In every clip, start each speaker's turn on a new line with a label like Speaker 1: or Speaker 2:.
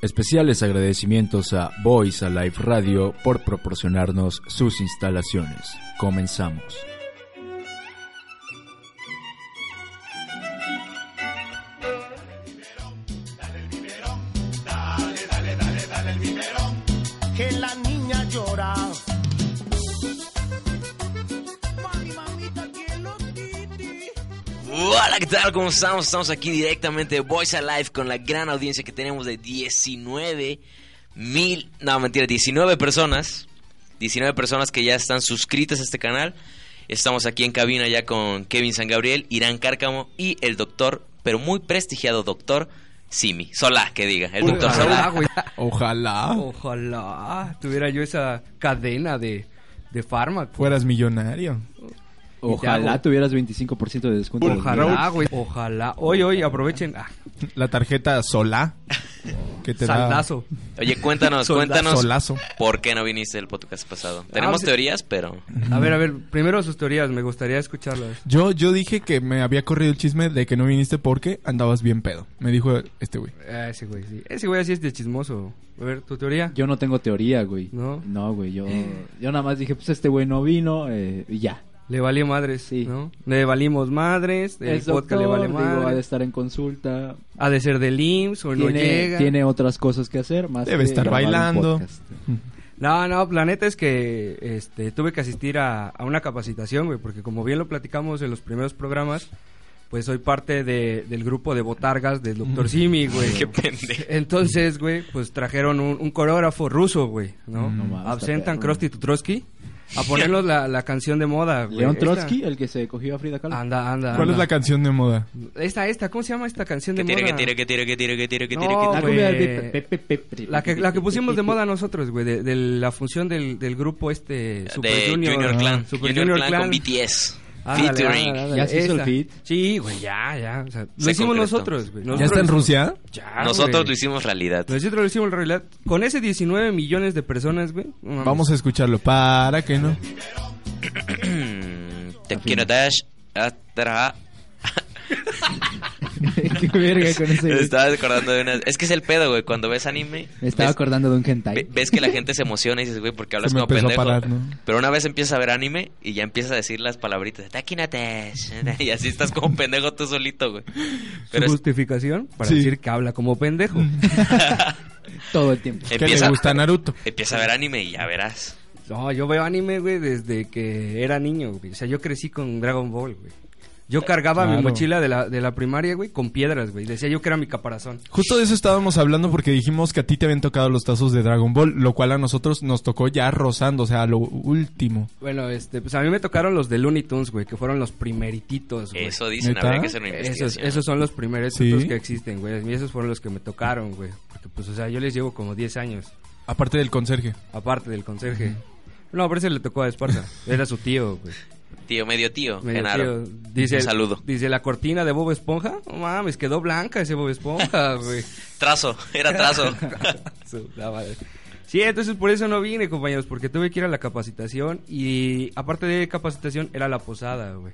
Speaker 1: Especiales agradecimientos a Voice Alive Radio por proporcionarnos sus instalaciones. Comenzamos.
Speaker 2: que la niña llora.
Speaker 3: Hola, ¿qué tal? ¿Cómo estamos? Estamos aquí directamente de Voice Alive con la gran audiencia que tenemos de 19 mil, no mentira, 19 personas, 19 personas que ya están suscritas a este canal. Estamos aquí en cabina ya con Kevin San Gabriel, Irán Cárcamo y el doctor, pero muy prestigiado doctor Simi, Solá, que diga, el doctor
Speaker 4: Ojalá,
Speaker 3: Solá.
Speaker 4: güey.
Speaker 1: Ojalá
Speaker 4: Oh, Ojalá tuviera yo esa cadena de, de fármacos.
Speaker 1: fueras millonario.
Speaker 4: Ya,
Speaker 5: Ojalá
Speaker 4: güey.
Speaker 5: tuvieras 25% de descuento.
Speaker 4: Ojalá, güey. Ojalá. Hoy, hoy, aprovechen. Ah,
Speaker 1: La tarjeta Solá que te
Speaker 4: saldazo.
Speaker 3: Oye, cuéntanos,
Speaker 1: da
Speaker 3: cuéntanos
Speaker 1: solazo.
Speaker 3: por qué no viniste el podcast pasado.
Speaker 4: Ah,
Speaker 3: Tenemos
Speaker 4: pues-
Speaker 3: teorías, pero
Speaker 4: A ver, a ver. Primero sus teorías. Me gustaría escucharlas.
Speaker 6: Yo, yo dije que me había corrido el chisme de que no viniste porque andabas bien pedo. Me dijo este güey.
Speaker 4: Ah, ese güey, sí. Ese güey así es de chismoso. A ver, ¿tu teoría?
Speaker 5: Yo no tengo teoría, güey.
Speaker 4: ¿No? Eh.
Speaker 5: güey. Yo, yo nada más dije, pues este güey no vino eh, y ya.
Speaker 4: Le valió madres,
Speaker 5: Sí.
Speaker 4: ¿no? Le valimos madres. El
Speaker 5: Es doctor,
Speaker 4: podcast le vale
Speaker 5: digo, ha de
Speaker 4: madres.
Speaker 5: estar en consulta.
Speaker 4: Ha de ser del IMSS o Pues no
Speaker 5: Tiene,
Speaker 4: llega.
Speaker 5: tiene otras cosas que hacer. Más
Speaker 6: Debe
Speaker 5: que
Speaker 6: estar
Speaker 5: grabar un
Speaker 6: bailando.
Speaker 5: podcast.
Speaker 4: No, no, la neta es que este, tuve que asistir a, a una capacitación, güey, porque como bien lo platicamos en los primeros programas, pues soy parte de- del grupo de botargas del Dr. Simi, güey.
Speaker 3: qué pendejo.
Speaker 4: Entonces, güey, pues trajeron un, un coreógrafo ruso, güey, ¿no?
Speaker 5: No mames, está
Speaker 4: Absentan
Speaker 5: perro.
Speaker 4: Krusty Tutrotsky a ponernos la, la canción de moda, güey.
Speaker 5: León
Speaker 4: Esta- Ah,
Speaker 5: Trotsky, el que se cogió a Frida Kahlo.
Speaker 4: Anda, anda.
Speaker 6: ¿Cuál
Speaker 4: anda.
Speaker 6: es la canción de moda?
Speaker 4: Esta, esta, ¿cómo se llama esta canción
Speaker 3: Que
Speaker 4: de
Speaker 3: tire,
Speaker 4: moda?
Speaker 3: que tire, que tire, que tire, que tire, que
Speaker 4: No,
Speaker 3: tire, que
Speaker 5: La
Speaker 3: tire.
Speaker 4: güey.
Speaker 5: cumbia del pe- pe- pe- pe-
Speaker 4: La que, la que pusimos de moda nosotros, güey, de, de la función del, del grupo este Super
Speaker 3: de Junior,
Speaker 4: Junior
Speaker 3: Clan.
Speaker 4: Super
Speaker 3: Junior,
Speaker 4: Junior
Speaker 3: Clan,
Speaker 4: Clan.
Speaker 3: con BTS.
Speaker 4: Ándale,
Speaker 3: featuring.
Speaker 4: ándale, ándale,
Speaker 5: ¿Ya se hizo el
Speaker 4: esa.
Speaker 5: feat?
Speaker 4: Sí, güey, ya, ya. o sea, lo
Speaker 3: Se
Speaker 4: hicimos
Speaker 3: concretó.
Speaker 4: nosotros, güey.
Speaker 6: ¿Ya
Speaker 4: Nosotros-
Speaker 6: está en Rusia?
Speaker 4: Ya,
Speaker 3: Nosotros
Speaker 4: güey.
Speaker 3: lo hicimos realidad.
Speaker 4: Nosotros lo hicimos en realidad. Con ese 19 millones de personas, güey. no mames.
Speaker 6: Vamos a escucharlo. ¿Para que no?
Speaker 3: Te quiero dash atrás.
Speaker 5: Qué verga con ese
Speaker 3: Me
Speaker 5: güey.
Speaker 3: estaba acordando de una. Es que es el pedo, güey. Cuando ves anime.
Speaker 5: Me estaba
Speaker 3: ves-
Speaker 5: acordando de un
Speaker 3: ve-
Speaker 5: hentai.
Speaker 3: Ves que la gente se emociona y dices, güey, porque hablas
Speaker 6: Se me
Speaker 3: como
Speaker 6: empezó a
Speaker 3: pendejo.
Speaker 6: parar, ¿no?
Speaker 3: Pero una vez empiezas a ver anime y ya empiezas a decir las palabritas. "Te quiero dash". Y así estás como pendejo tú solito, güey. Pero
Speaker 4: Su
Speaker 3: es-
Speaker 4: justificación para
Speaker 6: Sí.
Speaker 4: decir que habla como pendejo.
Speaker 5: Mm. Todo el tiempo.
Speaker 6: Que le
Speaker 3: empieza,
Speaker 6: gusta Naruto.
Speaker 3: empieza a ver anime y ya verás.
Speaker 4: No, yo veo anime, güey, desde que era niño, güey. O sea, yo crecí con Dragon Ball, güey. Yo cargaba mi
Speaker 6: Claro.
Speaker 4: mochila de la, de la primaria, güey, con piedras, güey. Decía yo que era mi caparazón.
Speaker 6: Justo de eso estábamos hablando porque dijimos que a ti te habían tocado los tazos de Dragon Ball, lo cual a nosotros nos tocó ya rozando, o sea, lo último.
Speaker 4: Bueno, este, pues a mí me tocaron los de Looney Tunes, güey, que fueron los primerititos, güey.
Speaker 3: Eso dicen,
Speaker 6: ¿Neta?
Speaker 3: habría que hacer una
Speaker 4: Esos,
Speaker 3: investigación.
Speaker 4: esos son los primeros
Speaker 6: Sí.
Speaker 4: tutos que existen, güey. A mí esos fueron los que me tocaron, güey. Porque, pues, o sea, yo les llevo como 10 años,
Speaker 6: Aparte del conserje.
Speaker 4: aparte del conserje. No, pero ese le tocó a Esparta. Era su tío, güey.
Speaker 3: Tío, medio tío.
Speaker 4: Medio
Speaker 3: Genaro.
Speaker 4: tío. Dice,
Speaker 3: Un saludo.
Speaker 4: Dice, la cortina de Bob Esponja. No mames, quedó blanca ese Bob Esponja, güey.
Speaker 3: Trazo, era trazo.
Speaker 4: Su- la madre. Sí, entonces por eso no vine, compañeros, porque tuve que ir a la capacitación y aparte de capacitación era la posada, güey.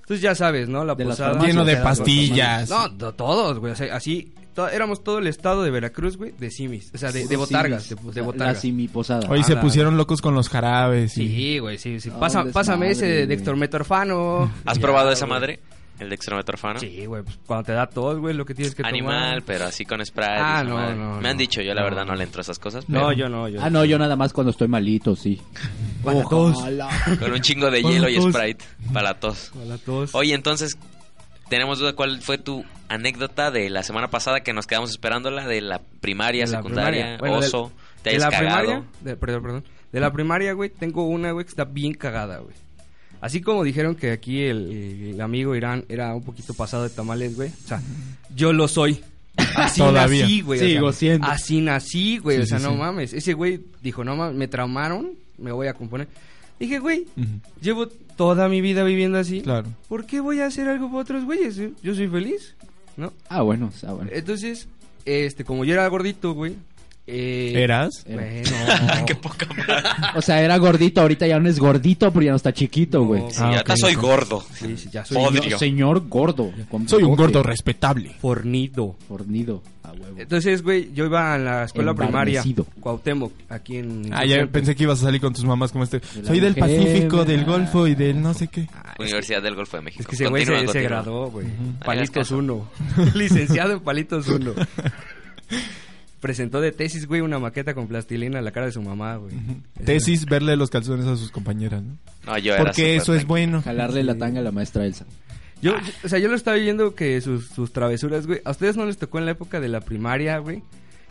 Speaker 4: Entonces ya sabes, ¿no? La
Speaker 5: De las
Speaker 4: posada.
Speaker 5: farmacias.
Speaker 6: Lleno de
Speaker 5: Era los
Speaker 6: pastillas.
Speaker 4: No, to- todos, güey. o sea, así, to- éramos todo el estado de Veracruz, güey, de simis. O sea, de, de botargas. De, de
Speaker 5: La
Speaker 4: botargas.
Speaker 5: simiposada.
Speaker 6: Hoy se
Speaker 4: Ala.
Speaker 6: pusieron locos con los jarabes. y-
Speaker 4: Sí, güey, sí, sí.
Speaker 5: Ah, un
Speaker 4: Pasa-
Speaker 5: desmadre,
Speaker 4: pásame ese de
Speaker 5: güey.
Speaker 4: dextrometorfano.
Speaker 3: ¿Has
Speaker 4: Ya,
Speaker 3: probado esa
Speaker 4: güey.
Speaker 3: madre? El dextrometorfano.
Speaker 4: Sí, güey, pues cuando te da tos, güey, lo que tienes que
Speaker 3: Animal,
Speaker 4: tomar.
Speaker 3: pero así con Sprite.
Speaker 4: Ah,
Speaker 3: y esa
Speaker 4: no,
Speaker 3: madre.
Speaker 4: no,
Speaker 3: Me
Speaker 4: no.
Speaker 3: han dicho, yo la
Speaker 4: No.
Speaker 3: verdad no le entro a esas cosas.
Speaker 4: No,
Speaker 3: pero
Speaker 4: yo no, yo.
Speaker 5: Ah, no, yo nada más cuando estoy malito, sí. Ah,
Speaker 4: Para tos.
Speaker 3: Con un chingo de hielo y Sprite para la tos.
Speaker 4: Para la tos.
Speaker 3: Oye, entonces, tenemos duda cuál fue tu anécdota de la semana pasada que nos quedamos esperándola de la primaria,
Speaker 4: De la
Speaker 3: secundaria,
Speaker 4: primaria. Bueno, del-
Speaker 3: oso. Te
Speaker 4: de
Speaker 3: hayas
Speaker 4: la
Speaker 3: cagado.
Speaker 4: primaria, de, perdón, perdón. De la primaria, güey, tengo una, güey, que está bien cagada, güey. Así como dijeron que aquí el, el amigo Irán era un poquito pasado de tamales, güey. O sea, yo lo soy. Así
Speaker 6: Todavía.
Speaker 4: nací, güey. o sea,
Speaker 5: Sigo siendo.
Speaker 4: Así nací, güey.
Speaker 6: Sí,
Speaker 4: o sea,
Speaker 6: sí,
Speaker 4: no
Speaker 6: sí.
Speaker 4: mames. Ese güey dijo, no mames, me traumaron, me voy a componer. Dije, güey,
Speaker 6: Ujú.
Speaker 4: llevo toda mi vida viviendo así.
Speaker 6: Claro.
Speaker 4: ¿Por qué voy a hacer algo para otros güeyes? Yo soy feliz, ¿no?
Speaker 5: Ah, bueno, ah, bueno.
Speaker 4: Entonces, este, como yo era gordito, güey, Eh,
Speaker 6: ¿Eras?
Speaker 4: Bueno.
Speaker 3: Qué poca madre.
Speaker 5: O sea, era gordito, ahorita ya no es gordito, pero ya no está chiquito,
Speaker 4: No,
Speaker 5: güey.
Speaker 4: sí,
Speaker 3: Sí,
Speaker 6: Ah,
Speaker 3: ahorita
Speaker 6: ok,
Speaker 3: soy
Speaker 6: ok.
Speaker 3: gordo.
Speaker 4: Sí, sí, ya soy
Speaker 5: Señor-
Speaker 3: Podrido.
Speaker 5: Señor gordo. con
Speaker 6: Soy un
Speaker 5: bigote,
Speaker 6: gordo respetable.
Speaker 4: fornido.
Speaker 5: Fornido. A huevo.
Speaker 4: Entonces, güey, yo iba a la escuela primaria
Speaker 5: Embarnecido.
Speaker 4: Cuauhtémoc, aquí en...
Speaker 6: Ah, ya pensé que ibas a salir con tus mamás como este.
Speaker 5: la
Speaker 6: Soy del
Speaker 5: mujer,
Speaker 6: Pacífico, del
Speaker 5: ah.
Speaker 6: Golfo y del no sé qué.
Speaker 3: Universidad del Golfo de México.
Speaker 4: Es que ese güey se,
Speaker 3: Continúa,
Speaker 4: se
Speaker 3: continúa.
Speaker 4: graduó, güey.
Speaker 3: Hagas
Speaker 4: Palitos
Speaker 3: caso.
Speaker 4: 1. Licenciado en Palitos 1. Presentó de tesis, güey, una maqueta con plastilina en la cara de su mamá, güey. Es
Speaker 6: Tesis, verle los calzones a sus compañeras, ¿no?
Speaker 3: No, yo era
Speaker 6: Porque eso
Speaker 3: súper
Speaker 6: es bueno.
Speaker 5: Jalarle la tanga a la maestra Elsa.
Speaker 4: una- Yo, yo- o sea, yo lo estaba viendo que sus, sus travesuras, güey. ¿A ustedes no les tocó en la época de la primaria, güey?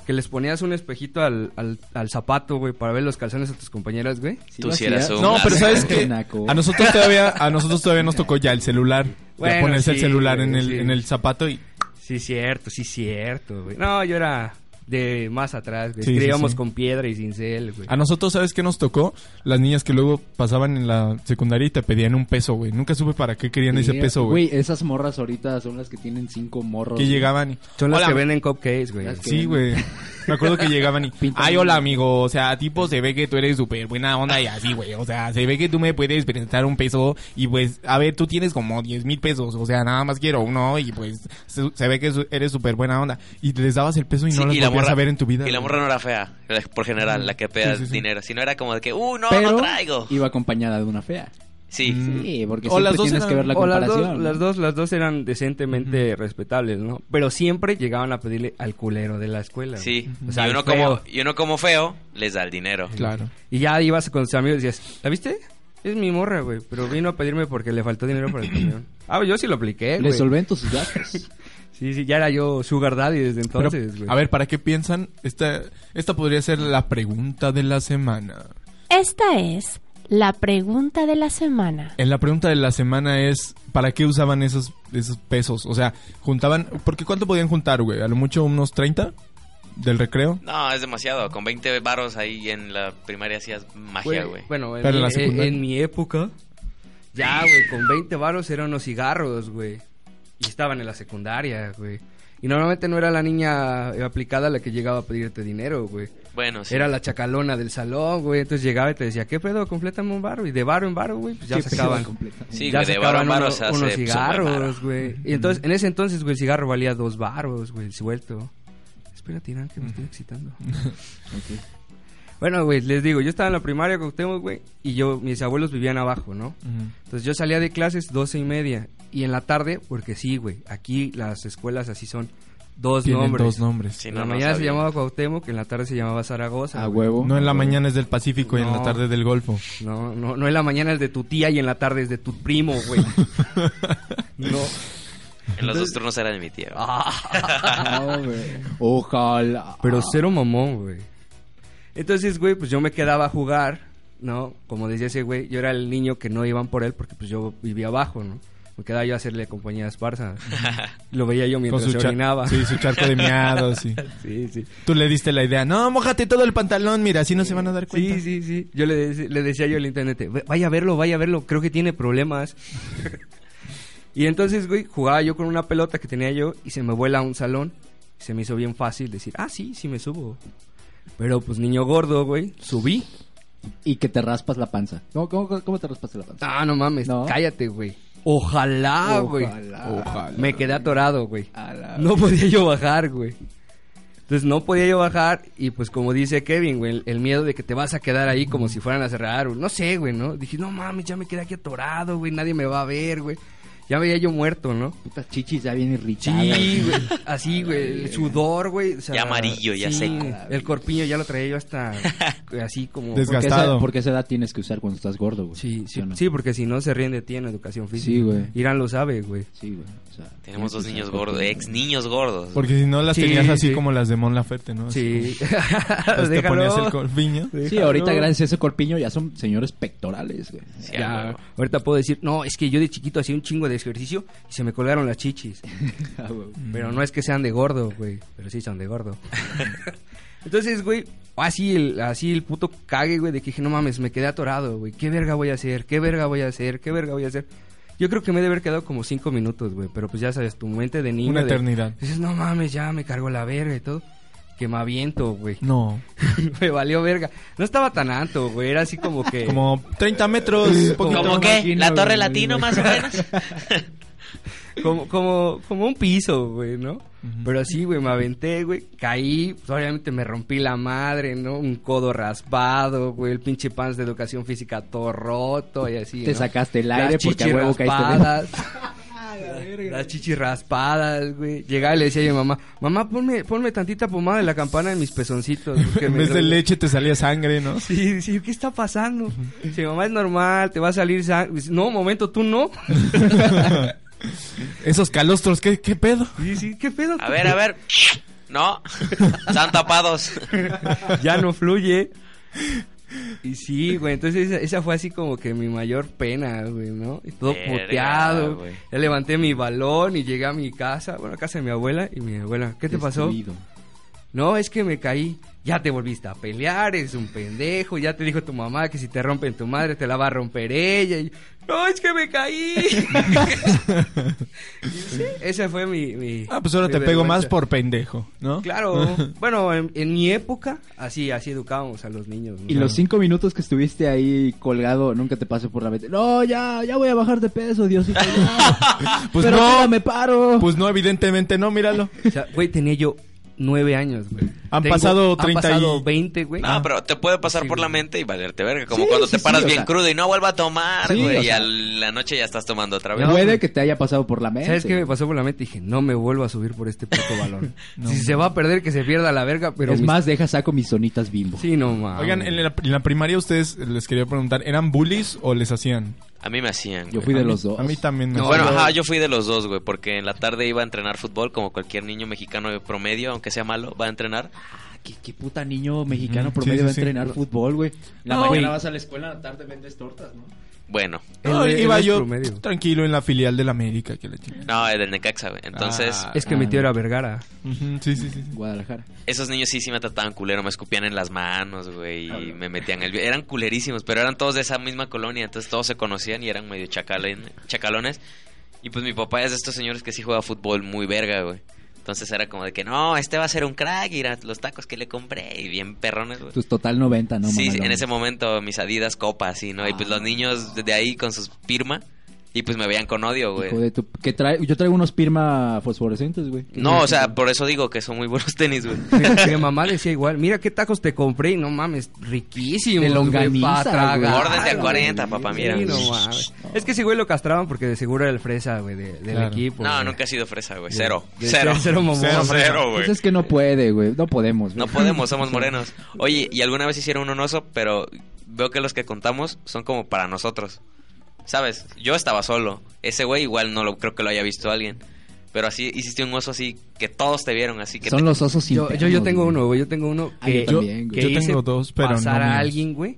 Speaker 4: Que les ponías un espejito al, al, al zapato, güey, para ver los calzones a tus compañeras, güey.
Speaker 3: Tú sí eras un
Speaker 6: No, pero
Speaker 3: asco.
Speaker 6: ¿sabes qué?
Speaker 5: Naco.
Speaker 6: A nosotros todavía, a nosotros todavía nos tocó ya el celular. ya
Speaker 4: Bueno,
Speaker 6: ponerse el
Speaker 4: sí,
Speaker 6: celular en
Speaker 4: güey,
Speaker 6: el,
Speaker 4: sí.
Speaker 6: en el zapato y...
Speaker 4: Sí, cierto, sí, cierto, güey. No, yo era de más atrás, güey.
Speaker 6: Sí, sí,
Speaker 4: Escribíamos
Speaker 6: sí. Ah,
Speaker 4: con piedra y cincel, güey.
Speaker 6: A nosotros, ¿sabes qué nos tocó? Las niñas que luego pasaban en la secundaria y te pedían un peso, güey. Nunca supe para qué querían ese
Speaker 5: Sí,
Speaker 6: peso, güey.
Speaker 5: esas morras ahorita son las que tienen cinco morros.
Speaker 6: Que
Speaker 5: güey.
Speaker 6: llegaban y...
Speaker 4: Son las
Speaker 6: "Hola,
Speaker 4: que venden cupcakes, güey.
Speaker 5: Las que-
Speaker 6: Sí, güey. Me acuerdo que llegaban y...
Speaker 5: Pintan
Speaker 6: Ay,
Speaker 5: un-
Speaker 6: hola, amigo. O sea, tipo, se ve que tú eres súper buena onda y así, güey. O sea, se ve que tú me puedes presentar un peso y pues... A ver, tú tienes como 10 mil pesos. O sea, nada más quiero uno y pues... Se, se ve que su- eres súper buena onda. Y les dabas el peso y
Speaker 3: Sí,
Speaker 6: no las
Speaker 3: y la
Speaker 6: volvías
Speaker 3: morra,
Speaker 6: a ver en tu vida.
Speaker 3: Y la
Speaker 6: güey.
Speaker 3: morra no era fea, era por general, la que pedía
Speaker 6: Sí, sí, sí.
Speaker 3: dinero. Si no era como de que, uh, no,
Speaker 5: Pero Mm.
Speaker 3: no traigo. Mm.
Speaker 5: iba acompañada de una fea.
Speaker 3: Sí.
Speaker 5: Sí, porque
Speaker 6: O
Speaker 5: siempre
Speaker 6: las dos
Speaker 5: tienes
Speaker 6: eran-
Speaker 5: que ver la
Speaker 4: o las
Speaker 5: comparación.
Speaker 4: dos, las dos, las dos eran decentemente respetables, ¿no? Pero siempre llegaban a pedirle al culero de la escuela. güey.
Speaker 3: Sí,
Speaker 4: O sea,
Speaker 3: y, uno
Speaker 4: al feo.
Speaker 3: como, y uno como feo les da el dinero.
Speaker 6: Claro.
Speaker 4: Y ya ibas con tus amigos y decías, ¿la viste? Es mi morra, güey, pero vino a pedirme porque le faltó dinero para el camión. Ah, yo sí lo apliqué,
Speaker 5: Le
Speaker 4: güey.
Speaker 5: solvento sus gastos.
Speaker 4: Sí, sí, ya era yo sugar daddy desde
Speaker 6: Pero,
Speaker 4: entonces, güey.
Speaker 6: a ver, ¿para qué piensan? Esta, esta podría ser la pregunta de la semana.
Speaker 7: Esta es la pregunta de la semana.
Speaker 6: En la pregunta de la semana es, ¿para qué usaban esos, esos pesos? O sea, juntaban... Porque ¿cuánto podían juntar, güey? A lo mucho unos 30 del recreo.
Speaker 3: No, es demasiado. Con 20 varos ahí en la primaria hacías magia, güey.
Speaker 4: Bueno, en,
Speaker 6: Pero en
Speaker 4: mi-
Speaker 6: la secundaria.
Speaker 4: en mi época, ya, güey, con 20 varos eran unos cigarros, güey. Y estaban en la secundaria, güey. Y normalmente no era la niña eh, aplicada la que llegaba a pedirte dinero, güey.
Speaker 3: Bueno, sí.
Speaker 4: Era la chacalona del salón, güey. Entonces llegaba y te decía, ¿qué pedo? Complétame un baro. Y de baro en baro, güey, pues ya
Speaker 5: Qué
Speaker 4: sacaban.
Speaker 5: pedo completo.
Speaker 3: Sí,
Speaker 4: ya
Speaker 3: güey, de varo en
Speaker 4: sacaban
Speaker 3: varo
Speaker 4: uno-
Speaker 3: se hace pues,
Speaker 4: unos
Speaker 3: súper varo.
Speaker 4: cigarros, güey. Y entonces, en ese entonces, güey, el cigarro valía dos baros, güey, el suelto. Espérate, Irán, que me estoy excitando.
Speaker 5: Ok.
Speaker 4: Bueno, güey, les digo, yo estaba en la primaria con Cuauhtémoc, güey, y yo, mis abuelos vivían abajo, ¿no? Entonces yo salía de clases doce y media, y en la tarde, porque sí, güey, aquí las escuelas así son, dos
Speaker 6: Tienen
Speaker 4: nombres.
Speaker 6: dos nombres.
Speaker 3: Sí,
Speaker 4: En
Speaker 3: no,
Speaker 4: la
Speaker 3: no
Speaker 4: mañana se
Speaker 3: sabía.
Speaker 4: llamaba Cuauhtémoc, en la tarde se llamaba Zaragoza.
Speaker 6: Ah,
Speaker 5: A
Speaker 4: güey.
Speaker 5: huevo.
Speaker 6: No en la mañana es del Pacífico y en la
Speaker 4: No.
Speaker 6: tarde del Golfo.
Speaker 4: No, no, no en la mañana es de tu tía y en la tarde es de tu primo, güey. no.
Speaker 3: En los dos turnos era de mi tío.
Speaker 5: No, güey. Ojalá.
Speaker 4: Pero cero mamón, güey. Entonces, güey, pues yo me quedaba a jugar, ¿no? Como decía ese güey, yo era el niño que no iban por él porque pues yo vivía abajo, ¿no? Me quedaba yo a hacerle compañía a Esparza. Lo veía yo mientras se
Speaker 6: cha-
Speaker 4: orinaba.
Speaker 6: sí, su charco de miados. sí.
Speaker 4: sí, sí.
Speaker 6: Tú le diste la idea. No, mojate todo el pantalón, mira, así no se van a dar cuenta.
Speaker 4: Sí, sí, sí. Yo le, dec- le decía yo al intendente, "Ve- vaya a verlo, vaya a verlo, creo que tiene problemas. y entonces, güey, jugaba yo con una pelota que tenía yo y se me vuela a un salón. Se me hizo bien fácil decir, ah, sí, sí me subo. Pero pues niño gordo, güey, subí.
Speaker 5: Y que te raspas la panza. No, ¿Cómo, cómo, cómo te raspaste la panza?
Speaker 4: Ah, no mames,
Speaker 5: No.
Speaker 4: cállate, güey. Ojalá, güey.
Speaker 5: Ojalá.
Speaker 4: Me quedé atorado, güey.
Speaker 5: A la-
Speaker 4: No podía yo bajar, güey. Entonces no podía yo bajar y pues como dice Kevin, güey, el, el miedo de que te vas a quedar ahí como si fueran a cerrar, güey. no sé, güey, ¿no? Dije, no mames, ya me quedé aquí atorado, güey, nadie me va a ver, güey. Ya veía yo muerto, ¿no?
Speaker 5: Putas chichis ya bien
Speaker 4: Sí,
Speaker 5: irritadas.
Speaker 4: güey, así, güey, el sudor, güey. o sea,
Speaker 3: Ya amarillo, ya seco.
Speaker 4: El corpiño ya lo traía yo hasta güey, así como...
Speaker 6: Desga-
Speaker 5: Porque esa,
Speaker 6: Gastado.
Speaker 5: porque esa edad tienes que usar cuando estás gordo, güey.
Speaker 4: Sí, sí,
Speaker 5: o no?
Speaker 4: sí, porque si no se ríen de ti en educación física.
Speaker 5: Sí, güey.
Speaker 4: Irán lo sabe, güey.
Speaker 5: Sí, güey. o sea, tienes
Speaker 3: Tenemos
Speaker 5: que
Speaker 3: dos
Speaker 5: usar
Speaker 3: niños
Speaker 5: cuando-
Speaker 3: gordos, ex niños gordos.
Speaker 6: Porque si no las
Speaker 4: Sí,
Speaker 6: tenías así
Speaker 4: sí.
Speaker 6: como las de Mon Laferte, ¿no?
Speaker 4: Sí.
Speaker 6: Así, pues, te
Speaker 4: Déjalo.
Speaker 6: ponías el corpiño.
Speaker 5: Sí, ahorita gracias a ese corpiño ya son señores pectorales, güey.
Speaker 3: Sí, a
Speaker 4: Ya,
Speaker 3: huevo.
Speaker 4: ahorita puedo decir, no, es que yo de chiquito hacía un chingo de ejercicio y se me colgaron las chichis.
Speaker 5: Ah, güey.
Speaker 4: Pero no es que sean de gordo, güey. Pero sí son de gordo. Entonces, güey, así el, así el puto cague, güey, de que dije, no mames, me quedé atorado, güey. ¿Qué verga voy a hacer? ¿Qué verga voy a hacer? ¿Qué verga voy a hacer? Yo creo que me he de haber quedado como cinco minutos, güey. Pero pues ya sabes, tu mente de niño.
Speaker 6: Una
Speaker 4: de-
Speaker 6: eternidad.
Speaker 4: Dices, no mames, ya me cargo la verga y todo. quemaviento, güey.
Speaker 6: No.
Speaker 4: me valió verga. No estaba tan alto, güey. Era así como que.
Speaker 6: Como 30 metros, un poquito.
Speaker 3: ¿Cómo qué?
Speaker 5: imagino,
Speaker 3: ¿La Torre
Speaker 5: güey,
Speaker 3: Latino
Speaker 5: güey.
Speaker 3: más o menos?
Speaker 4: como, como, como un piso, güey, ¿no? Pero así, güey, me aventé, güey, caí, pues, obviamente me rompí la madre, ¿no? Un codo raspado, güey, el pinche pants de educación física todo roto y así.
Speaker 5: Te
Speaker 4: ¿no?
Speaker 5: sacaste el
Speaker 4: Las
Speaker 5: aire porque a
Speaker 4: chichis
Speaker 5: huevo caíste de-
Speaker 4: raspadas. Las chichis raspadas, güey. Llegaba y le decía a mi mamá, mamá, ponme, ponme tantita pomada de la campana en mis pezoncitos. porque
Speaker 6: En
Speaker 4: me
Speaker 6: vez de
Speaker 4: duele".
Speaker 6: leche te salía sangre, ¿no?
Speaker 4: Sí, sí, ¿qué está pasando? Dice, mamá, es normal, te va a salir sangre. Dice, No, momento, tú no.
Speaker 6: Esos calostros, ¿qué, qué pedo?
Speaker 4: Sí, sí, ¿qué pedo?
Speaker 3: A ver, a ver. No, están tapados.
Speaker 4: ya no fluye. Y sí, güey, entonces esa, esa fue así como que mi mayor pena, güey, ¿no? Y todo
Speaker 3: Verga,
Speaker 4: puteado.
Speaker 3: güey.
Speaker 4: Ya levanté mi balón y llegué a mi casa, bueno, a casa de mi abuela, y mi abuela, ¿qué te pasó?
Speaker 5: Destruido.
Speaker 4: No, es que me caí. Ya te volviste a pelear, eres un pendejo. Ya te dijo tu mamá que si te rompen tu madre te la va a romper ella. Y, no, es que me caí. Y sí, esa fue mi... mi-
Speaker 6: Ah, pues ahora
Speaker 4: mi
Speaker 6: te pego más
Speaker 4: vergüenza.
Speaker 6: por pendejo, ¿no?
Speaker 4: Claro. bueno, en, en mi época, así, así educábamos a los niños. ¿no?
Speaker 5: Y los cinco minutos que estuviste ahí colgado, nunca te pasó por la mente. No, ya, ya voy a bajar de peso, Diosito. ya.
Speaker 6: Pues
Speaker 5: Pero
Speaker 6: no.
Speaker 5: ahora me paro.
Speaker 6: Pues no, evidentemente no, míralo.
Speaker 4: O sea, güey, tenía yo nueve años, güey.
Speaker 6: Han
Speaker 4: Tengo-
Speaker 6: pasado 30 y-
Speaker 4: Han
Speaker 6: Ah,
Speaker 4: pasado 20, güey.
Speaker 3: No, pero te puede pasar
Speaker 4: Sí,
Speaker 3: por la
Speaker 4: güey.
Speaker 3: mente y valerte verga. Como
Speaker 5: Sí,
Speaker 3: cuando
Speaker 5: sí,
Speaker 3: te
Speaker 5: sí,
Speaker 3: paras
Speaker 5: o
Speaker 3: bien
Speaker 5: sea.
Speaker 3: crudo y no vuelva a tomar,
Speaker 5: Sí,
Speaker 3: güey.
Speaker 5: o
Speaker 3: y
Speaker 5: sea.
Speaker 3: a la noche ya estás tomando otra vez.
Speaker 5: Puede que te haya pasado por la mente.
Speaker 4: ¿Sabes qué me pasó por la mente? Dije, no me vuelvo a subir por este puto balón. si se va a perder, que se pierda la verga, pero...
Speaker 5: es
Speaker 4: mis-
Speaker 5: más, deja saco mis sonitas bimbo.
Speaker 4: Sí, no, mames.
Speaker 6: Oigan, en la, en la primaria ustedes les quería preguntar, ¿eran bullies o les hacían?
Speaker 3: A mí me hacían.
Speaker 5: Yo
Speaker 3: güey.
Speaker 5: fui de
Speaker 6: A mí-
Speaker 5: los dos.
Speaker 6: A mí también me
Speaker 4: No,
Speaker 3: bueno,
Speaker 6: hacían.
Speaker 3: ajá, yo fui de los dos, güey, porque en la tarde iba a entrenar fútbol, como cualquier niño mexicano de promedio, aunque sea malo, va a entrenar.
Speaker 5: Ah, ¿Qué, qué puta niño mexicano
Speaker 6: Mm,
Speaker 5: promedio
Speaker 6: sí, sí,
Speaker 5: va a
Speaker 6: sí.
Speaker 5: entrenar fútbol, güey? La
Speaker 6: No,
Speaker 5: mañana
Speaker 6: güey.
Speaker 5: vas a la escuela, la tarde vendes tortas, ¿no?
Speaker 3: Bueno,
Speaker 6: No,
Speaker 4: Él- él
Speaker 6: iba
Speaker 4: es
Speaker 6: yo
Speaker 4: promedio.
Speaker 6: tranquilo en la filial de la América. Que la chingada.
Speaker 3: no, es del Necaxa, güey. Entonces,
Speaker 6: Ah.
Speaker 4: Es que mi tío era Vergara.
Speaker 6: Ujú, sí, sí, sí. sí.
Speaker 5: Guadalajara.
Speaker 3: esos niños sí, sí me trataban culero, me escupían en las manos, güey, y
Speaker 5: Ah.
Speaker 3: me metían el... Eran culerísimos, pero eran todos de esa misma colonia, entonces todos se conocían y eran medio chacalen- chacalones. Y pues mi papá es de estos señores que sí juega fútbol muy verga, güey. Entonces era como de que, no, este va a ser un crack, ir a los tacos que le compré, y bien perrones, güey.
Speaker 5: Tus total 90, ¿no?
Speaker 3: sí,
Speaker 5: mamalón?
Speaker 3: en ese momento mis Adidas copas, sí, ¿no? Y pues
Speaker 5: Ah.
Speaker 3: los niños de ahí con sus firma y pues me veían con odio, güey.
Speaker 5: Hijo de tu- que trae- Yo traigo unos Pirma fosforescentes, güey.
Speaker 3: No, o sea, por eso digo que son muy buenos tenis, güey.
Speaker 4: Mi, mi mamá decía igual, mira qué tacos te compré y no mames, riquísimo.
Speaker 5: De longaniza, güey.
Speaker 3: Orden de a 40, papá, mira.
Speaker 4: Sí, no mames. Es que ese güey lo castraban porque de seguro era el fresa, güey, de- del
Speaker 6: Claro.
Speaker 4: equipo.
Speaker 3: No,
Speaker 4: güey.
Speaker 3: nunca he sido fresa, güey.
Speaker 4: De-
Speaker 3: Cero.
Speaker 4: de-
Speaker 3: Cero.
Speaker 4: cero mamón.
Speaker 3: Cero, cero, güey.
Speaker 5: Pues es que no puede, güey. No podemos.
Speaker 3: No
Speaker 5: güey.
Speaker 3: podemos, somos morenos. Oye, y alguna vez hicieron un oso, pero veo que los que contamos son como para nosotros. ¿Sabes? Yo estaba solo. Ese güey igual no lo creo que lo haya visto alguien. Pero así hiciste un oso así que todos te vieron, así que
Speaker 5: Son los osos sin
Speaker 4: Yo, yo, yo
Speaker 5: pernos,
Speaker 4: tengo
Speaker 5: güey.
Speaker 4: uno, güey. Yo tengo uno
Speaker 5: Ah,
Speaker 4: que,
Speaker 5: yo también,
Speaker 4: que
Speaker 5: güey.
Speaker 6: Yo
Speaker 4: hice
Speaker 6: tengo dos, pero
Speaker 4: pasar
Speaker 6: no
Speaker 4: a
Speaker 6: míos.
Speaker 4: alguien, güey.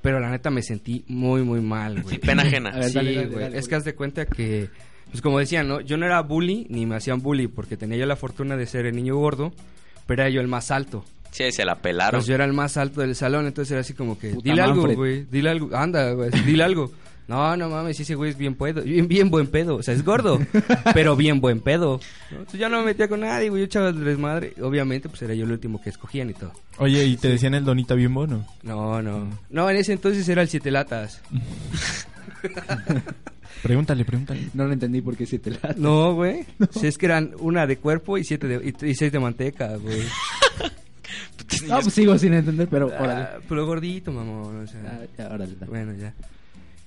Speaker 4: Pero la neta me sentí muy, muy mal, güey.
Speaker 3: te- pena
Speaker 5: A
Speaker 3: ajena.
Speaker 5: ver,
Speaker 4: Sí,
Speaker 5: dale, dale,
Speaker 4: güey.
Speaker 5: dale,
Speaker 4: es
Speaker 5: güey.
Speaker 4: que haz de cuenta que, pues como decían, ¿no? Yo no era bully ni me hacían bully porque tenía yo la fortuna de ser el niño gordo, pero era yo el más alto.
Speaker 3: Sí, se la pelaron.
Speaker 4: Pues yo era el más alto del salón, entonces era así como que,
Speaker 5: Puta
Speaker 4: dile algo,
Speaker 5: Manfred".
Speaker 4: güey, dile algo, anda, güey, dile algo. No, no mames, ese güey es bien pedo, bien, bien buen pedo, o sea, es gordo, pero bien buen pedo. ¿no? Entonces yo no me metía con nadie, güey, yo echaba el desmadre, obviamente, pues era yo el último que escogían y todo.
Speaker 6: Oye, ¿y te decían el Donita bien bono?
Speaker 4: No, no, no, en ese entonces era el siete latas.
Speaker 6: Pregúntale, pregúntale.
Speaker 5: No lo entendí porque si te la...
Speaker 4: No, güey, si es que eran una de cuerpo y siete de, y, y seis de manteca, güey.
Speaker 5: No, pues sigo sin entender, pero
Speaker 4: Ah,
Speaker 5: órale.
Speaker 4: pero gordito, mamón, o sea.
Speaker 5: Ah, ya, órale. dale.
Speaker 4: Bueno, ya.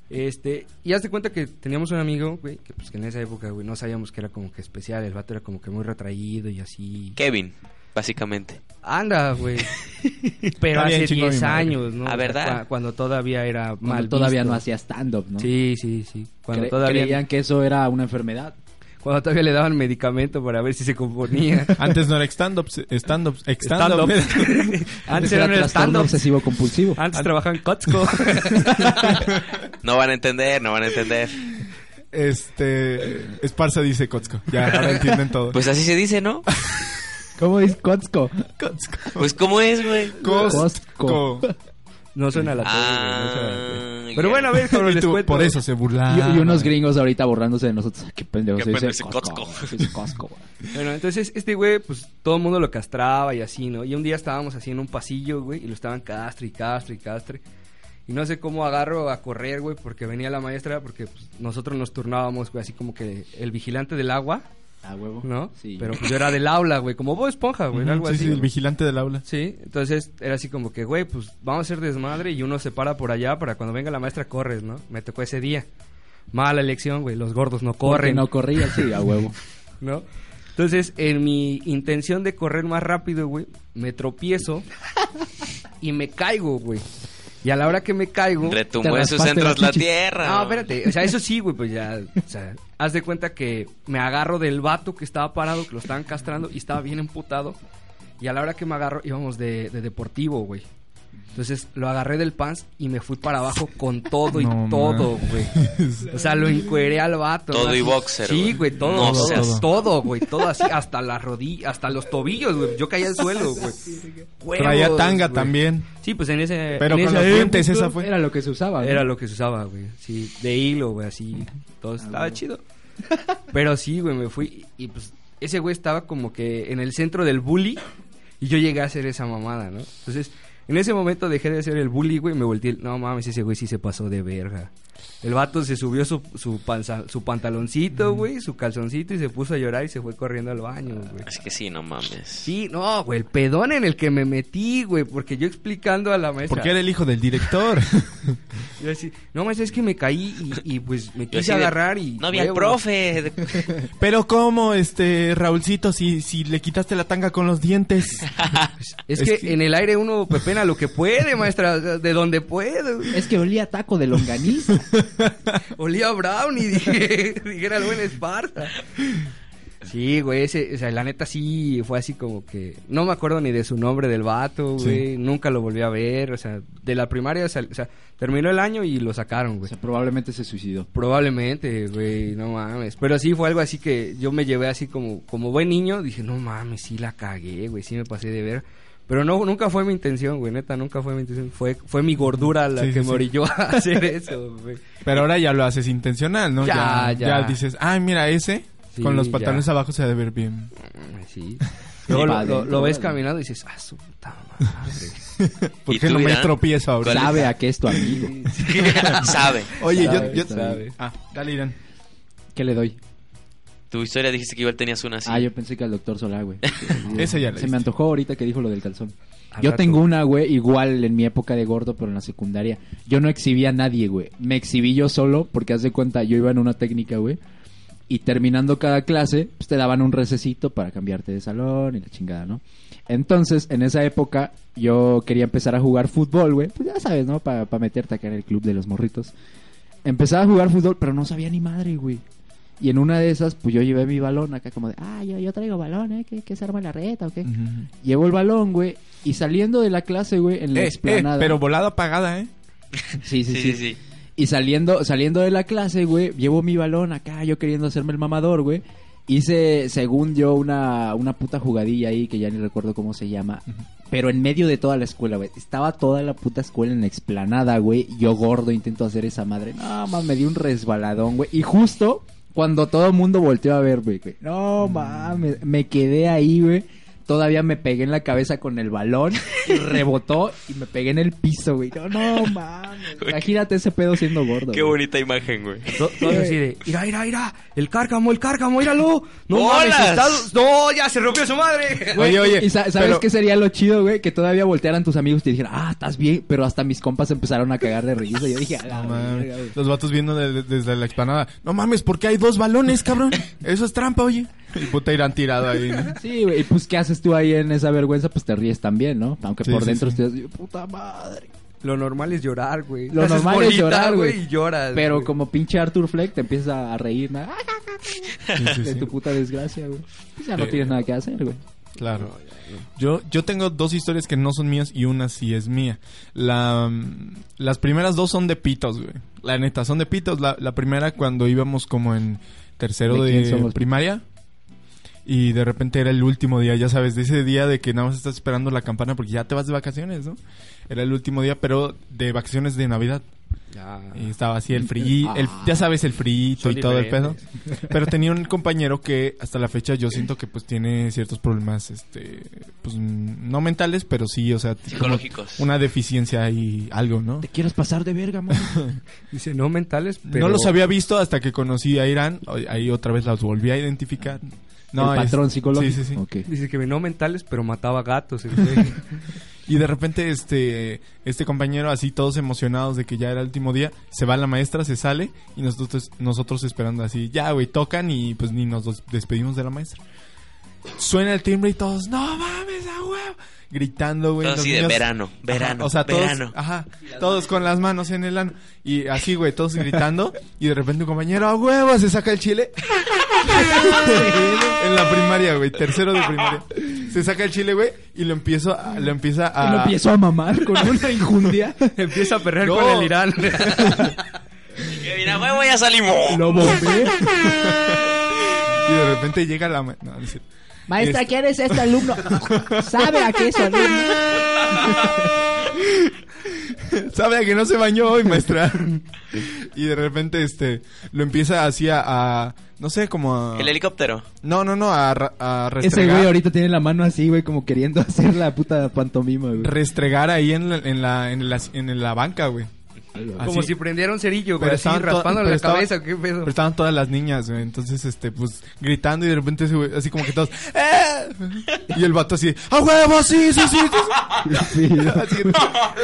Speaker 4: Este, y haz de cuenta que teníamos un amigo, güey, que pues que en esa época, güey, no sabíamos que era como que especial, el vato era como que muy retraído y así.
Speaker 3: Kevin, básicamente.
Speaker 4: Anda, güey. Pero
Speaker 6: Está bien
Speaker 4: hace
Speaker 6: chingón,
Speaker 4: 10
Speaker 6: mi madre.
Speaker 4: años, ¿no?
Speaker 3: Ah,
Speaker 4: sea,
Speaker 3: ¿verdad?
Speaker 4: cua- cuando todavía era mal
Speaker 5: Cuando todavía
Speaker 4: visto.
Speaker 5: no hacía stand-up, ¿no?
Speaker 4: Sí, sí, sí. Cuando
Speaker 5: Cre-
Speaker 4: todavía
Speaker 5: Creían que eso era una enfermedad.
Speaker 4: cuando todavía le daban medicamento para ver si se componía.
Speaker 6: Antes no era stand-up, stand-up, stand-up.
Speaker 4: Antes era un
Speaker 5: trastorno
Speaker 4: stand-up. Ah.
Speaker 5: obsesivo compulsivo.
Speaker 4: Antes trabajaba en Costco.
Speaker 3: No van a entender, no van a entender.
Speaker 6: Este, Esparza dice Kotzko. Ya, ahora entienden todo.
Speaker 3: Pues así se dice, ¿no?
Speaker 5: ¿Cómo es Kotzko?
Speaker 6: Kotzko.
Speaker 3: Pues cómo es, güey.
Speaker 6: Costco.
Speaker 5: Costco.
Speaker 4: no suena la tele, güey, no suena la tele.
Speaker 3: Ah,
Speaker 4: Pero bueno, a ver, cabrón, les cuento.
Speaker 6: por eso se burla.
Speaker 4: Ah.
Speaker 5: Y, y unos gringos ahorita borrándose de nosotros. Ah, Qué pendejo.
Speaker 3: Qué
Speaker 5: se dice
Speaker 3: pendejo, ese
Speaker 5: Costco.
Speaker 3: Costco.
Speaker 5: güey, se dice Costco, güey.
Speaker 4: Bueno, entonces este güey, pues todo el mundo lo castraba y así, ¿no? Y un día estábamos así en un pasillo, güey, y lo estaban castre y castre y castre. Y no sé cómo agarro a correr, güey, porque venía la maestra, porque pues, nosotros nos turnábamos, güey, así como que el vigilante del agua,
Speaker 5: Ah, huevo.
Speaker 4: ¿no?
Speaker 5: Sí.
Speaker 4: Pero pues yo era del aula, güey, como vos esponja, güey,
Speaker 6: Ujú,
Speaker 4: algo
Speaker 6: sí,
Speaker 4: así.
Speaker 6: sí, el
Speaker 4: güey.
Speaker 6: vigilante del aula.
Speaker 4: Sí, entonces era así como que, güey, pues vamos a hacer desmadre y uno se para por allá para cuando venga la maestra corres, ¿no? Me tocó ese día. Mala elección, güey, los gordos no
Speaker 5: Porque
Speaker 4: corren.
Speaker 5: No corría, sí, a huevo.
Speaker 4: ¿no? Entonces, en mi intención de correr más rápido, güey, me tropiezo y me caigo, güey. Y a la hora que me caigo...
Speaker 3: Retumbó
Speaker 5: Te
Speaker 3: en sus
Speaker 5: raspaste
Speaker 3: centros
Speaker 5: las
Speaker 3: la
Speaker 5: chichis.
Speaker 3: tierra.
Speaker 4: No, espérate, o sea, eso sí, güey, pues ya, o sea, haz de cuenta que me agarro del vato que estaba parado, que lo estaban castrando y estaba bien emputado. Y a la hora que me agarro íbamos de, de deportivo, güey. Entonces lo agarré del pants y me fui para abajo con todo y
Speaker 6: No,
Speaker 4: todo, güey. O sea, lo encueré al vato.
Speaker 3: Todo
Speaker 4: ¿no?
Speaker 3: y boxer,
Speaker 4: Sí,
Speaker 3: güey.
Speaker 4: güey, todo,
Speaker 3: No
Speaker 4: todo,
Speaker 3: seas-
Speaker 4: todo, güey, todo así, hasta las rodillas, hasta los tobillos, güey. Yo caí al suelo, güey.
Speaker 6: Traía
Speaker 4: Huevos,
Speaker 6: tanga
Speaker 4: güey.
Speaker 6: también.
Speaker 4: Sí, pues en ese...
Speaker 6: Pero
Speaker 4: en
Speaker 6: con
Speaker 4: esa
Speaker 6: los dientes,
Speaker 4: época-
Speaker 6: esa fue.
Speaker 5: Era lo que se usaba. ¿no?
Speaker 4: era lo que se usaba, güey. Sí, de hilo, güey, así. Todo estaba chido. Pero sí, güey, me fui. Y pues ese güey estaba como que en el centro del bully. Y yo llegué a hacer esa mamada, ¿no? Entonces, en ese momento dejé de hacer el bully, güey. y Me volteé. No mames, ese güey sí se pasó de verga. El vato se subió su, su, panza- su pantaloncito, güey, su calzoncito y se puso a llorar y se fue corriendo al baño, güey.
Speaker 6: Ah.
Speaker 3: Es que sí, no mames.
Speaker 4: Sí, no, güey, el pedón en el que me metí, güey, porque yo explicando a la maestra.
Speaker 6: Porque era el hijo del director.
Speaker 4: Yo así, no más es que me caí y, y, pues me
Speaker 3: Yo
Speaker 4: quise
Speaker 3: así de-
Speaker 4: agarrar y.
Speaker 3: No había el
Speaker 4: huevos.
Speaker 3: profe.
Speaker 6: Pero cómo, este, Raulcito, si, si le quitaste la tanga con los dientes.
Speaker 4: Es, que,
Speaker 6: Es que-
Speaker 4: en el aire uno pepena lo que puede, maestra, o sea, de donde puede.
Speaker 5: Es que olía a taco de longaniza.
Speaker 4: Olía a Brownie, dije, dijera el buen Esparta. Sí, güey, ese, o sea, la neta sí fue así como que. No me acuerdo ni de su nombre del vato, güey. Nunca lo volví a ver, o sea, de la primaria, sal- o sea, terminó el año y lo sacaron,
Speaker 5: O
Speaker 4: güey.
Speaker 5: sea, probablemente se suicidó.
Speaker 4: Probablemente, güey, no mames. Pero sí fue algo así que yo me llevé así como, como buen niño. Dije, no mames, sí la cagué, güey, sí me pasé de ver. Pero no, nunca fue mi intención, güey, neta, nunca fue mi intención. Fue, fue mi gordura la
Speaker 6: Sí, sí,
Speaker 4: que me
Speaker 6: sí.
Speaker 4: orilló a hacer eso, güey.
Speaker 6: Pero ahora ya lo haces intencional, ¿no?
Speaker 4: Ya, ya.
Speaker 6: dices, ay, mira, ese
Speaker 4: Sí,
Speaker 6: con los
Speaker 4: ya.
Speaker 6: pantalones abajo se ha de ver bien.
Speaker 4: Sí. Luego lo,
Speaker 5: padre,
Speaker 4: lo- lo ves
Speaker 5: órale.
Speaker 4: caminando y dices, ah, su puta madre.
Speaker 6: ¿Por
Speaker 3: ¿Y
Speaker 6: qué
Speaker 3: tú,
Speaker 6: no me
Speaker 3: Irán?
Speaker 6: tropiezo ahora?
Speaker 3: ¿Cuál es?
Speaker 5: Sabe a qué es tu amigo.
Speaker 3: Sabe.
Speaker 6: Oye,
Speaker 5: Sabe,
Speaker 6: yo... yo-
Speaker 5: sabe.
Speaker 6: Ah, dale, Irán.
Speaker 5: ¿Qué le doy?
Speaker 3: Tu historia dijiste que igual tenías una así.
Speaker 5: Ah, yo pensé que al doctor Solar, güey.
Speaker 6: Esa ya la
Speaker 5: Se
Speaker 6: hice.
Speaker 5: me antojó ahorita que dijo lo del calzón.
Speaker 4: Al
Speaker 5: Yo
Speaker 4: rato.
Speaker 5: tengo una, güey, igual en mi época de gordo, pero en la secundaria. Yo no exhibía a nadie, güey. Me exhibí yo solo porque, haz de cuenta, yo iba en una técnica, güey. Y terminando cada clase, pues te daban un recesito para cambiarte de salón y la chingada, ¿no? Entonces, en esa época, yo quería empezar a jugar fútbol, güey. Pues ya sabes, ¿no? Para meterte acá en el club de los morritos. Empezaba a jugar fútbol, pero no sabía ni madre, güey. Y en una de esas, pues yo llevé mi balón acá como de, ah, yo, yo traigo balón, ¿eh? ¿Qué, qué se arma la reta o qué?
Speaker 6: Ujú.
Speaker 5: Llevo el balón, güey. Y saliendo de la clase, güey, en la
Speaker 6: Eh, eh,
Speaker 5: explanada.
Speaker 6: pero volada apagada, ¿eh?
Speaker 5: Sí, sí,
Speaker 3: Sí,
Speaker 5: sí.
Speaker 3: sí, sí.
Speaker 5: Y saliendo, saliendo de la clase, güey, llevo mi balón acá, yo queriendo hacerme el mamador, güey. Hice, según yo, una, una puta jugadilla ahí que ya ni recuerdo cómo se llama. Pero en medio de toda la escuela, güey. Estaba toda la puta escuela en la explanada, güey. Yo gordo intento hacer esa madre. No, mames, me di un resbaladón, güey. Y justo cuando todo el mundo volteó a ver, güey. güey. No, mames, me quedé ahí, güey. Todavía me pegué en la cabeza con el balón, y rebotó y me pegué en el piso, güey. No, no, mames. Imagínate ese pedo siendo gordo.
Speaker 3: Qué
Speaker 5: güey.
Speaker 3: bonita imagen, güey.
Speaker 4: To- Todos así de, ira, ira, ira, el cárcamo, el cárcamo, íralo. No mames,
Speaker 3: ¡Bolas!
Speaker 4: está- No, ya se rompió su madre.
Speaker 6: Oye, oye.
Speaker 5: Y sa- sabes
Speaker 6: pero-
Speaker 5: qué sería lo chido, güey, que todavía voltearan tus amigos y te dijeran, ah, estás bien, pero hasta mis compas empezaron a cagar de risa. Yo dije, a la
Speaker 6: No mames.
Speaker 5: verga, güey".
Speaker 6: Los vatos viendo de- de- desde la explanada. No mames, ¿por qué hay dos balones, cabrón? Eso es trampa, oye. Y puta Irán tirado ahí, ¿no?
Speaker 5: Sí, güey, y pues, ¿qué haces tú ahí en esa vergüenza? Pues te ríes también, ¿no? Aunque
Speaker 6: Sí,
Speaker 5: por
Speaker 6: sí,
Speaker 5: dentro
Speaker 6: sí.
Speaker 5: estés, puta madre.
Speaker 4: Lo normal es llorar, güey. Te
Speaker 5: Lo
Speaker 4: haces
Speaker 5: normal es
Speaker 4: bolita,
Speaker 5: llorar, güey.
Speaker 4: Y lloras.
Speaker 5: Pero
Speaker 4: güey.
Speaker 5: como pinche Arthur Fleck te empiezas a a reír, ¿no? "Ah,
Speaker 6: Sí, sí,
Speaker 5: De
Speaker 6: sí.
Speaker 5: tu puta desgracia, güey. Pues ya no tienes nada que hacer, güey.
Speaker 6: Claro. Yo, yo tengo dos historias que no son mías y una sí es mía. La, mm, las primeras dos son de pitos, güey. La neta, son de pitos. La, la primera cuando íbamos como en tercero
Speaker 5: ¿De
Speaker 6: de,
Speaker 5: quién somos?
Speaker 6: primaria. Y de repente era el último día, ya sabes, de ese día de que nada más estás esperando la campana porque ya te vas de vacaciones, ¿no? Era el último día, pero de vacaciones de Navidad.
Speaker 4: Ah.
Speaker 6: Y estaba así el frillito,
Speaker 5: Ah.
Speaker 6: ya sabes, el frillito
Speaker 4: Son
Speaker 6: y todo el pedo.
Speaker 4: diferentes.
Speaker 6: Pero tenía un compañero que hasta la fecha yo siento que pues tiene ciertos problemas, este, pues mm, no mentales, pero sí, o sea, como
Speaker 3: Psicológicos.
Speaker 6: Una deficiencia y algo, ¿no?
Speaker 5: Te quieres pasar de verga, mano.
Speaker 4: Dice, no mentales, pero...
Speaker 6: No los había visto hasta que conocí a Irán, o- ahí otra vez las volví a identificar. No,
Speaker 5: el
Speaker 6: es-
Speaker 5: patrón psicológico.
Speaker 6: Sí, sí, sí.
Speaker 5: Ok.
Speaker 4: Dice que no mentales, pero mataba gatos. el güey.
Speaker 6: Y de repente este este compañero así todos emocionados de que ya era el último día, se va la maestra, se sale y nosotros nosotros esperando así, ya güey, tocan y pues ni nos des- despedimos de la maestra. Suena el timbre y todos, "No mames, a huevo", gritando, güey,
Speaker 3: Todo
Speaker 6: los
Speaker 3: así de
Speaker 6: niños-
Speaker 3: verano, verano,
Speaker 6: Ajá, o sea, todos,
Speaker 3: verano.
Speaker 6: ajá, todos con las manos ¿eh? en el ano y así, güey, todos gritando y de repente un compañero, "A huevo", se saca el chile. en la primaria, güey, tercero de primaria. Se saca el chile, güey, y lo empiezo a- lo empieza a
Speaker 1: Ah.
Speaker 5: Y lo empiezo a mamar con una injundia.
Speaker 4: Empieza a perrear
Speaker 6: No.
Speaker 4: con el Irán.
Speaker 3: Que mira, huevo, ya salimos.
Speaker 5: lo bombé.
Speaker 6: Y de repente llega la... ma- no, no es cierto.
Speaker 8: Maestra,
Speaker 6: Este-
Speaker 8: ¿quién es este alumno? ¿Sabe a qué es su alumno?
Speaker 6: Sabe a que no se bañó hoy, maestra. y de repente, este, lo empieza así a... a- no sé, como a...
Speaker 3: El helicóptero.
Speaker 6: No, no, no, a, ra- a
Speaker 5: Ese güey
Speaker 6: restregar,
Speaker 5: ahorita tiene la mano así, güey, como queriendo hacer la puta pantomima, güey.
Speaker 6: restregar ahí en la, en la, en la, en la banca, güey.
Speaker 4: Como
Speaker 6: Así.
Speaker 4: si prendiera un cerillo, güey,
Speaker 6: Pero
Speaker 4: así
Speaker 6: estaban to-
Speaker 4: raspando
Speaker 6: pero
Speaker 4: la
Speaker 6: estaba-
Speaker 4: cabeza. ¿Qué pedo?
Speaker 6: Pero estaban todas las niñas, güey. Entonces, este, pues, gritando y de repente, ese güey, así como que todos... "¡Eh!". Y el vato así... ¡A huevo! ¡Sí, sí, sí! sí". Así,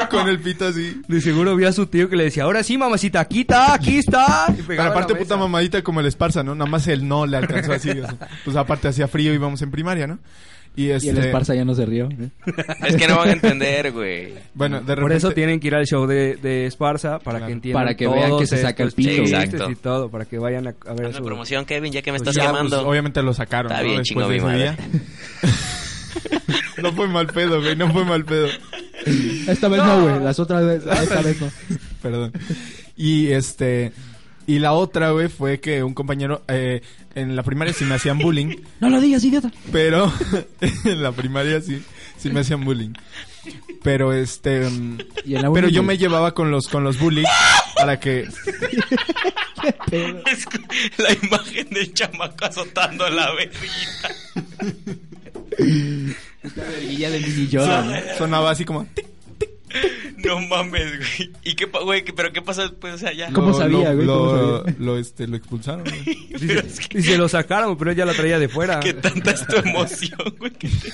Speaker 6: con el pito así...
Speaker 4: De seguro vio a su tío que le decía, ahora sí, mamacita, aquí está, aquí está. Y
Speaker 6: Pero
Speaker 4: pegaba
Speaker 6: aparte,
Speaker 4: la
Speaker 6: puta
Speaker 4: mesa.
Speaker 6: mamadita como el Esparza, ¿no? Nada más el no le alcanzó así. o sea, pues aparte hacía frío, íbamos en primaria, ¿no? Y, este,
Speaker 5: Y el Esparza ya no se rió. ¿eh?
Speaker 3: Es que no van a entender, güey.
Speaker 6: Bueno, de repente.
Speaker 4: Por eso tienen que ir al show de, de Esparza para
Speaker 6: Claro.
Speaker 4: que entiendan.
Speaker 5: Para que vean que se
Speaker 4: todos
Speaker 5: saca el
Speaker 4: estos
Speaker 5: pito,
Speaker 4: chistes
Speaker 3: güey. Exacto.
Speaker 4: Y todo, para que vayan a, a ver
Speaker 3: Hazme
Speaker 4: su...
Speaker 3: promoción, Kevin, ya que me
Speaker 6: pues
Speaker 3: estás
Speaker 6: ya,
Speaker 3: llamando.
Speaker 6: pues, obviamente lo sacaron,
Speaker 3: Está
Speaker 6: ¿no?
Speaker 3: bien,
Speaker 6: Después
Speaker 3: chingo
Speaker 6: de
Speaker 3: mi
Speaker 6: ese
Speaker 3: madre.
Speaker 6: día. no fue mal pedo, güey. No fue mal pedo.
Speaker 5: Esta vez no, güey. Las otras veces. Esta vez no.
Speaker 6: Perdón. Y este. Y la otra, güey, fue que un compañero. eh, en la primaria sí me hacían bullying.
Speaker 5: No lo digas, idiota.
Speaker 6: Pero en la primaria sí, sí me hacían bullying. Pero este mm,
Speaker 5: Y en la
Speaker 6: pero
Speaker 5: uni,
Speaker 6: yo
Speaker 5: güey.
Speaker 6: me llevaba con los con los bullies para que
Speaker 3: La imagen del chamaco azotando la verga.
Speaker 5: Y ya de niño llora, ¿no?
Speaker 6: sonaba así como tic.
Speaker 3: No mames, güey. ¿Y qué, pa- güey? qué- ¿Pero qué pasa después? O sea, ya.
Speaker 5: ¿Cómo sabía, güey?
Speaker 6: Lo,
Speaker 5: ¿Cómo
Speaker 6: lo-
Speaker 5: sabía?
Speaker 6: lo, este lo expulsaron. güey.
Speaker 3: Pero es que-
Speaker 4: Y se lo sacaron, pero ella la traía de fuera.
Speaker 3: ¿Qué tanta es tu emoción, güey? que te-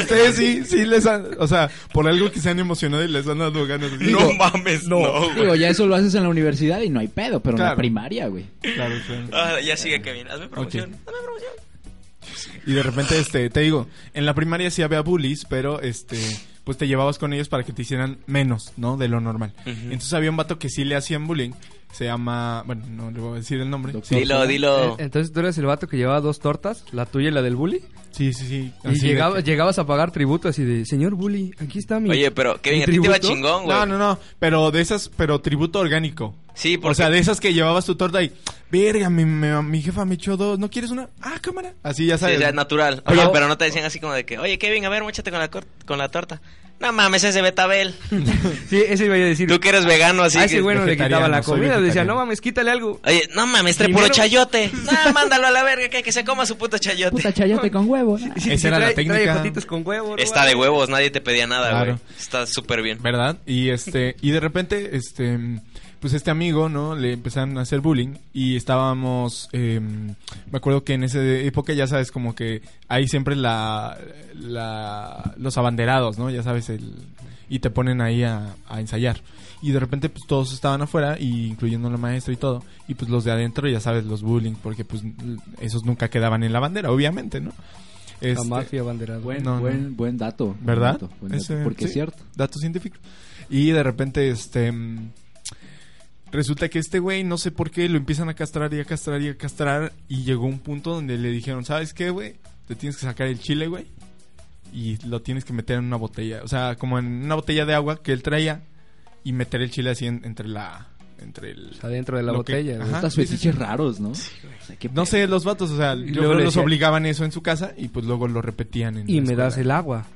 Speaker 6: Ustedes sí sí les han, o sea, por algo que se han emocionado y les han dado ganas. de-
Speaker 3: No mames, no, güey.
Speaker 5: Digo, ya eso lo haces en la universidad y no hay pedo, pero en
Speaker 6: Claro.
Speaker 5: la primaria, güey.
Speaker 6: Claro, claro.
Speaker 3: Ah, ya sigue, Kevin. Hazme promoción. Hazme promoción.
Speaker 6: Y de repente, este, te digo, en la primaria sí había bullies, pero este, pues te llevabas con ellos para que te hicieran menos, ¿no? De lo normal. Entonces había un vato que sí le hacían bullying. Se llama, bueno, no le voy a decir el nombre.
Speaker 5: Doctor.
Speaker 6: Sí,
Speaker 3: Dilo, dilo.
Speaker 4: Eh, Entonces tú eres el vato que llevaba dos tortas, la tuya y la del bully.
Speaker 6: sí, sí. sí.
Speaker 4: Y
Speaker 6: Así de
Speaker 4: llegaba-
Speaker 6: que-
Speaker 4: llegabas a pagar tributo así de, señor bully, aquí está mi...
Speaker 3: Oye, pero Kevin,
Speaker 4: mi
Speaker 3: a ti te va
Speaker 4: tributo".
Speaker 3: chingón, güey.
Speaker 6: No, no, no, pero de esas, pero tributo orgánico.
Speaker 3: Sí,
Speaker 6: O
Speaker 3: porque-
Speaker 6: sea, de esas que llevabas tu torta y, verga, mi, mi- mi jefa me echó dos, ¿no quieres una? Ah, cámara. Así ya
Speaker 3: Sí,
Speaker 6: sabes.
Speaker 3: o sea, es natural. Oye,
Speaker 6: Pero-
Speaker 3: pero no te decían así como de que, oye, Kevin, a ver, muéchate con la, cor- con la torta. No mames, ese Betabel.
Speaker 4: Sí, ese iba yo a decir.
Speaker 3: pues, Tú que eres vegano, así
Speaker 4: a
Speaker 3: que-
Speaker 4: Ah, ese güey no le
Speaker 6: Vegetariano,
Speaker 4: quitaba la
Speaker 6: soy
Speaker 4: comida. Decía,
Speaker 6: vegetariano.
Speaker 4: no mames, quítale algo.
Speaker 3: Oye, no mames, trae puro
Speaker 4: Primero-
Speaker 3: chayote. No, mándalo a la verga, que, que se coma su puto chayote.
Speaker 8: Puta chayote con huevo.
Speaker 5: ¿eh?
Speaker 6: Esa era la
Speaker 4: trae- trae
Speaker 6: técnica.
Speaker 4: patitas con huevo. ¿no?
Speaker 3: Está de huevos, nadie te pedía nada, güey.
Speaker 6: Claro.
Speaker 3: Está súper bien.
Speaker 6: ¿Verdad? Y este, y de repente, este, pues este amigo, ¿no? Le empezaron a hacer bullying y estábamos, eh, me acuerdo que en esa época ya sabes como que hay siempre la, la, los abanderados, ¿no? Ya sabes el, y te ponen ahí a, a ensayar. Y de repente pues todos estaban afuera, y incluyendo la maestra y todo. Y pues los de adentro, ya sabes, los bullying, porque pues esos nunca quedaban en la bandera, obviamente, ¿no?
Speaker 4: La
Speaker 6: Este-
Speaker 4: mafia abanderada.
Speaker 5: Buen,
Speaker 6: No, no.
Speaker 5: buen, buen dato. buen
Speaker 6: ¿Verdad?
Speaker 5: dato, buen dato,
Speaker 6: Ese,
Speaker 5: porque
Speaker 6: sí,
Speaker 5: es cierto.
Speaker 6: Dato científico. Y de repente, este. mm, Resulta que este güey, no sé por qué, lo empiezan a castrar y a castrar y a castrar. Y llegó un punto donde le dijeron: ¿Sabes qué, güey? Te tienes que sacar el chile, güey. Y lo tienes que meter en una botella. O sea, como en una botella de agua que él traía. Y meter el chile así en- entre la. Entre el.
Speaker 4: Adentro de la
Speaker 6: Lo que-
Speaker 4: botella. güey.
Speaker 6: Ajá,
Speaker 5: Estos
Speaker 6: Ah, sí, sí,
Speaker 5: fetiches raros, ¿no? O sea, qué
Speaker 6: No sé, los vatos, o sea, yo
Speaker 4: luego
Speaker 6: creo
Speaker 4: le
Speaker 6: los
Speaker 4: decía-
Speaker 6: obligaban eso en su casa y pues luego lo repetían en
Speaker 4: Y
Speaker 6: la
Speaker 4: me das
Speaker 6: escuela.
Speaker 4: el agua.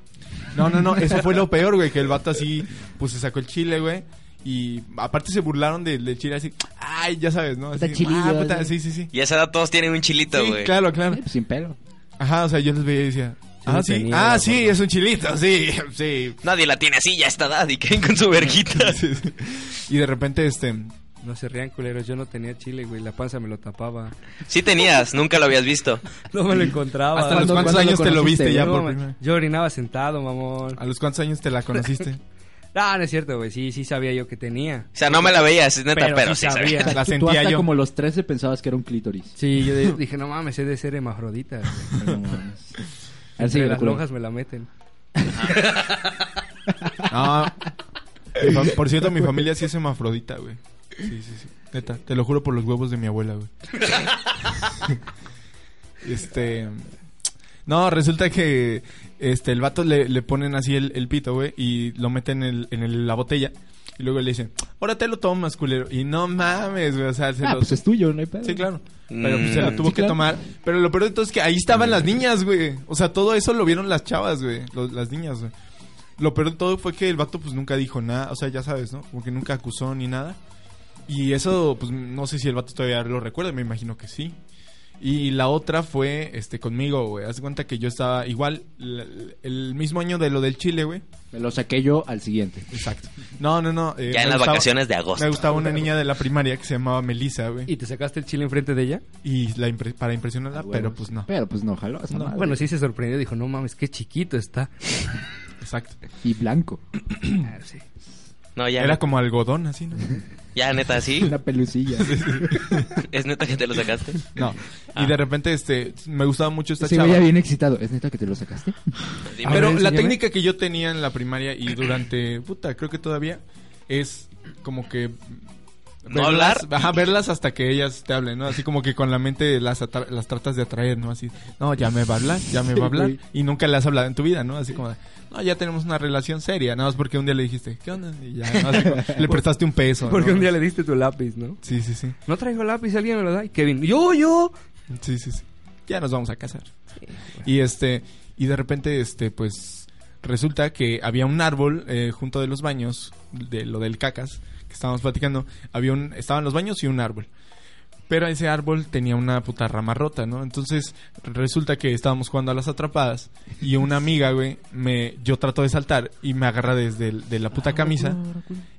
Speaker 6: No, no, no, eso fue lo peor, güey, que el vato así, pues se sacó el chile, güey. Y aparte se burlaron del del chile así. Ay, ya sabes, ¿no? Así,
Speaker 8: Está chilillo,
Speaker 6: ah, puta,
Speaker 8: ¿no?
Speaker 6: sí, sí, sí.
Speaker 3: Y a esa edad todos tienen un chilito,
Speaker 6: Sí,
Speaker 3: güey.
Speaker 6: claro, claro.
Speaker 5: Eh, pues, sin pelo.
Speaker 6: Ajá, o sea, yo les veía y decía. Ah,
Speaker 4: lo
Speaker 6: sí,
Speaker 4: tenía,
Speaker 6: ah,
Speaker 4: la
Speaker 6: sí,
Speaker 4: forma.
Speaker 6: es un chilito, sí, sí.
Speaker 3: Nadie la tiene así ya a esta edad y caen con su verguita.
Speaker 6: Sí, sí. Y de repente, este.
Speaker 4: No se rían, culeros. Yo no tenía chile, güey. La panza me lo tapaba.
Speaker 3: Sí tenías, nunca lo habías visto.
Speaker 4: No me lo encontraba.
Speaker 6: ¿Hasta los
Speaker 5: ¿Cuándo-
Speaker 6: cuántos
Speaker 5: cuándo lo
Speaker 6: años te lo
Speaker 5: conociste,
Speaker 6: viste ya
Speaker 4: No,
Speaker 6: por
Speaker 4: ma-
Speaker 6: primera
Speaker 4: Yo orinaba sentado, mamón.
Speaker 6: ¿A los cuántos años te la conociste?
Speaker 4: Ah, no es cierto, güey. Sí, sí sabía yo que tenía.
Speaker 3: O sea, no me la veías, neta, pero,
Speaker 4: Pero sí
Speaker 3: sí sabía.
Speaker 4: sabía.
Speaker 6: La
Speaker 5: Tú- Tú
Speaker 6: sentía
Speaker 5: hasta
Speaker 6: yo.
Speaker 5: como los 13 pensabas que era un clítoris.
Speaker 4: Sí, yo de- dije, no mames, he de ser hemafrodita. güey.
Speaker 5: No mames. A ver,
Speaker 4: Entre
Speaker 5: síguele,
Speaker 4: las
Speaker 5: culo.
Speaker 4: lonjas me la meten.
Speaker 6: Ah, mi fam- por cierto, mi familia sí es hemafrodita, güey. Sí, sí, sí. Neta, te lo juro por los huevos de mi abuela, güey. Este. No, resulta que este el vato le, le ponen así el, el pito, güey, y lo meten en, el- en el- la botella. Y luego le dicen, ahora te lo tomas, culero. Y no mames, güey. O sea, se
Speaker 5: Ah,
Speaker 6: lo-
Speaker 5: pues es tuyo, no hay pedo.
Speaker 6: Sí, claro. Pero pues,
Speaker 3: Mm.
Speaker 6: se lo tuvo
Speaker 5: Sí,
Speaker 6: que
Speaker 5: claro.
Speaker 6: tomar. Pero lo peor de todo es que ahí estaban las niñas, güey. O sea, todo eso lo vieron las chavas, güey. Lo- Las niñas, güey. Lo peor de todo fue que el vato pues nunca dijo nada. O sea, ya sabes, ¿no? Como que nunca acusó ni nada. Y eso, pues no sé si el vato todavía lo recuerda. Me imagino que sí. Y la otra fue este conmigo, güey. Haz de cuenta que yo estaba igual el, el mismo año de lo del Chile, güey.
Speaker 5: Me lo saqué yo al siguiente.
Speaker 6: Exacto. No, no, no. eh,
Speaker 3: Ya en
Speaker 6: me
Speaker 3: las
Speaker 6: gustaba-
Speaker 3: vacaciones de agosto.
Speaker 6: Me gustaba una niña de la primaria que se llamaba Melissa, güey.
Speaker 4: ¿Y te sacaste el chile enfrente de ella?
Speaker 6: Y la impre- para
Speaker 3: Ah,
Speaker 6: impresionarla, pero
Speaker 5: Huevos.
Speaker 6: pues no.
Speaker 5: Pero pues no, jaló. esa madre.
Speaker 4: Bueno, sí se sorprendió. Dijo, no mames, qué chiquito está.
Speaker 6: Exacto.
Speaker 5: Y blanco.
Speaker 4: Ah, sí.
Speaker 3: No, ya,
Speaker 6: Era como algodón, así, ¿no?
Speaker 3: ya neta, sí.
Speaker 5: Una pelucilla.
Speaker 3: Es neta que te lo sacaste.
Speaker 6: No.
Speaker 3: Ah.
Speaker 6: Y de repente, este, me gustaba mucho esta
Speaker 5: Se
Speaker 6: chava.
Speaker 5: veía bien excitado. ¿Es neta que te lo sacaste?
Speaker 3: Dime.
Speaker 4: A
Speaker 6: Pero
Speaker 4: ver,
Speaker 6: la
Speaker 4: enséñame.
Speaker 6: técnica que yo tenía en la primaria y durante, puta, creo que todavía, es como que...
Speaker 3: ¿No
Speaker 6: verlas-
Speaker 3: hablar?
Speaker 6: Ajá, verlas hasta que ellas te hablen, ¿no? Así como que con la mente las, atra- las tratas de atraer, ¿no? Así, no, ya me va a hablar, ya me va a hablar.
Speaker 5: güey.
Speaker 6: Y nunca le has hablado en tu vida, ¿no? Así como, de, no, ya tenemos una relación seria. Nada más porque un día le dijiste, ¿qué onda? Y ya, ¿no? Así como, le prestaste un peso.
Speaker 4: Porque
Speaker 6: ¿no?
Speaker 4: un día le diste tu lápiz, ¿no?
Speaker 6: Sí, sí, sí.
Speaker 4: No traigo lápiz, alguien me lo da. Y Kevin, yo, yo.
Speaker 6: Sí, sí, sí. Ya nos vamos a casar. Y este, y de repente, este, pues, resulta que había un árbol eh, junto de los baños, de lo del cacas, que estábamos platicando, había un, estaban los baños y un árbol. Pero ese árbol tenía una puta rama rota, ¿no? Entonces, resulta que estábamos jugando a las atrapadas y una amiga, güey, me, yo trato de saltar y me agarra desde el- de la puta camisa.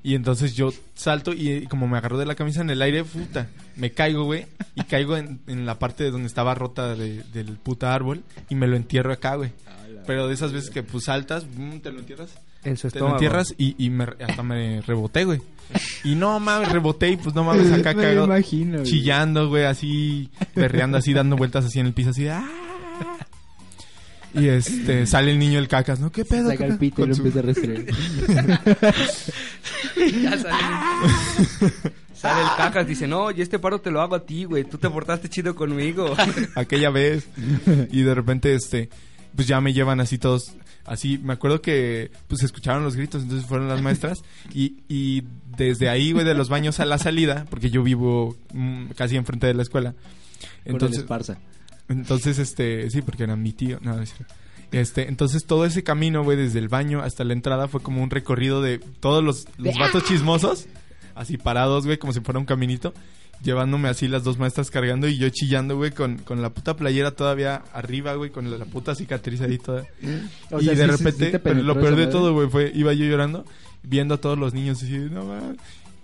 Speaker 6: Y entonces yo salto y eh, como me agarró de la camisa en el aire, puta, me caigo, güey. Y caigo en, en la parte de donde estaba rota de- del puta árbol y me lo entierro acá, güey. Pero de esas veces que pues saltas, mm, te lo entierras.
Speaker 4: En su
Speaker 6: Te lo
Speaker 4: estómago.
Speaker 6: entierras y, y me, re- hasta me reboté, güey. Y no mames, reboté y pues no mames, acá
Speaker 5: Me
Speaker 6: cagado.
Speaker 5: imagino, güey.
Speaker 6: Chillando, güey, así, berreando así, dando vueltas así en el piso, así de, "Ah". Y este, sale el niño el cacas, ¿no? ¿Qué pedo?
Speaker 5: Saca
Speaker 6: qué
Speaker 5: el
Speaker 6: pedo?"
Speaker 5: pito y
Speaker 6: Con
Speaker 5: lo
Speaker 6: su-
Speaker 5: empieza a restregar.
Speaker 4: Ya sale. Sale el cacas, dice, no, yo este paro te lo hago a ti, güey. Tú te portaste chido conmigo.
Speaker 6: aquella vez. Y de repente, este, pues ya me llevan así todos. Así, me acuerdo que pues escucharon los gritos, entonces fueron las maestras. Y, y desde ahí, güey, de los baños a la salida, porque yo vivo mm, casi enfrente de la escuela.
Speaker 5: Entonces,
Speaker 6: Entonces, entonces, este, sí, porque era mi tío, no, no es cierto. Este, entonces todo ese camino, güey, desde el baño hasta la entrada fue como un recorrido de todos los, los vatos chismosos, así parados, güey, como si fuera un caminito, llevándome así las dos maestras cargando y yo chillando, güey, con, con la puta playera todavía arriba, güey, con la, la puta cicatriz ahí toda. y de repente, pero lo peor de todo, güey, fue, iba yo llorando, viendo a todos los niños así, no mames.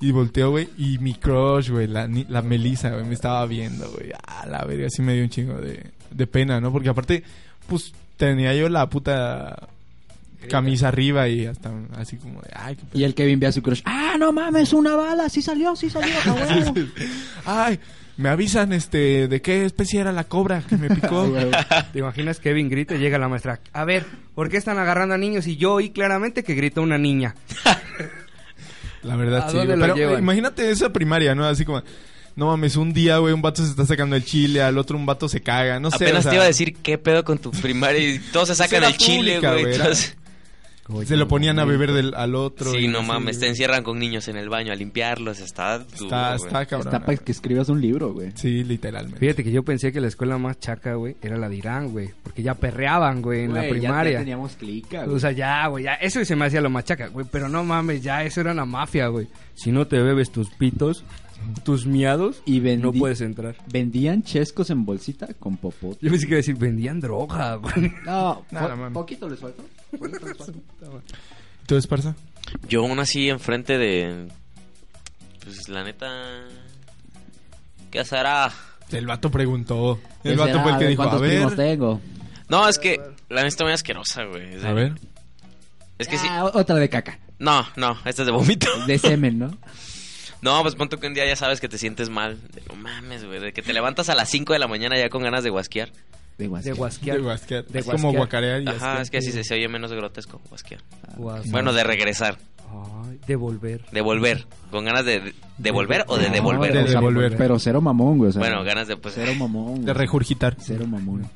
Speaker 6: Y volteo, güey, y mi crush, güey, la, ni- la Melissa, güey, me estaba viendo, güey. Ah, la verga, sí me dio un chingo de, de pena, ¿no? Porque aparte, pues, tenía yo la puta camisa arriba y hasta así como de, ay, qué
Speaker 5: Y el Kevin ve a su crush. ¡Ah, no mames! ¡Una bala! ¡Sí salió, sí salió! a huevo".
Speaker 6: Ay, me avisan, este, de qué especie era la cobra que me picó.
Speaker 4: ¿Te imaginas Kevin grita y llega la maestra? A ver, ¿por qué están agarrando a niños? Y yo oí claramente que gritó una niña.
Speaker 6: La verdad,
Speaker 4: ¿A
Speaker 6: sí.
Speaker 4: dónde
Speaker 6: güey.
Speaker 4: lo
Speaker 6: Pero
Speaker 4: llevan?
Speaker 6: eh, imagínate esa primaria, ¿no? Así como, no mames, un día, güey, un vato se está sacando el chile, al otro un vato se caga, no sé.
Speaker 3: Apenas
Speaker 6: o sea, Pues
Speaker 3: te iba a decir qué pedo con tu primaria y todos se sacan
Speaker 6: Era
Speaker 3: el chile,
Speaker 6: pública,
Speaker 3: güey.
Speaker 6: güey, era-
Speaker 3: todos-
Speaker 6: Se lo ponían a beber del, al otro.
Speaker 3: Sí,
Speaker 6: y
Speaker 3: no
Speaker 6: así,
Speaker 3: mames, te
Speaker 6: güey.
Speaker 3: encierran con niños en el baño a limpiarlos, está duro,
Speaker 6: Está,
Speaker 3: güey.
Speaker 6: está cabrón.
Speaker 5: Está para que escribas un libro, güey.
Speaker 6: Sí, literalmente.
Speaker 4: Fíjate que yo pensé que la escuela más chaca, güey, era la de Irán, güey. Porque ya perreaban, güey, en la
Speaker 5: Güey, ya- Ya,
Speaker 4: primaria.
Speaker 5: teníamos clica, güey.
Speaker 4: o sea, ya, güey, ya. Eso se me hacía lo más chaca, güey. Pero no mames, ya, eso era la mafia, güey. Si no te bebes tus pitos, tus miados,
Speaker 5: Y vendí-
Speaker 4: no puedes entrar.
Speaker 5: Vendían chescos en bolsita con popote.
Speaker 4: Yo pensé que iba a decir, vendían droga, güey.
Speaker 5: No,
Speaker 6: Nada,
Speaker 5: po-
Speaker 6: mami.
Speaker 5: poquito les faltó. Poquito les faltó.
Speaker 6: ¿Tú esparza?
Speaker 3: Yo aún así enfrente de... Pues la neta... ¿Qué será?
Speaker 6: El vato preguntó. El
Speaker 5: Ya
Speaker 6: vato
Speaker 5: será,
Speaker 6: fue el
Speaker 5: a
Speaker 6: que
Speaker 5: ver
Speaker 6: dijo, a
Speaker 5: ah, ¿Cuántos primos
Speaker 6: ver.
Speaker 5: tengo?
Speaker 3: No, es que la neta está muy asquerosa, güey. Es-
Speaker 6: A ver.
Speaker 3: Es que sí.
Speaker 5: Ah, Otra de caca.
Speaker 3: No, no, esta es de vómito.
Speaker 5: De semen, ¿no?
Speaker 3: No, pues ponte que un día ya sabes que te sientes mal. De, no mames, güey. De que te levantas a las 5 de la mañana ya con ganas de guasquear.
Speaker 5: De
Speaker 4: De
Speaker 5: guasca.
Speaker 4: guasquear.
Speaker 6: De guasquear.
Speaker 4: De
Speaker 6: Es como
Speaker 4: guasquear.
Speaker 6: guacarear y
Speaker 3: Ajá,
Speaker 6: asquear.
Speaker 3: es que así se, se oye menos grotesco, guasquear.
Speaker 4: Ah, Guas-
Speaker 3: Bueno, de regresar,
Speaker 4: Ay, de volver.
Speaker 3: devolver. Con ganas de de- devolver o de
Speaker 5: No,
Speaker 3: devolver.
Speaker 6: de-
Speaker 5: o sea,
Speaker 6: devolver.
Speaker 5: Pero cero mamón, güey. o sea,
Speaker 3: Bueno, ganas de pues.
Speaker 5: Cero mamón.
Speaker 6: De
Speaker 5: güey.
Speaker 6: regurgitar.
Speaker 5: Cero mamón.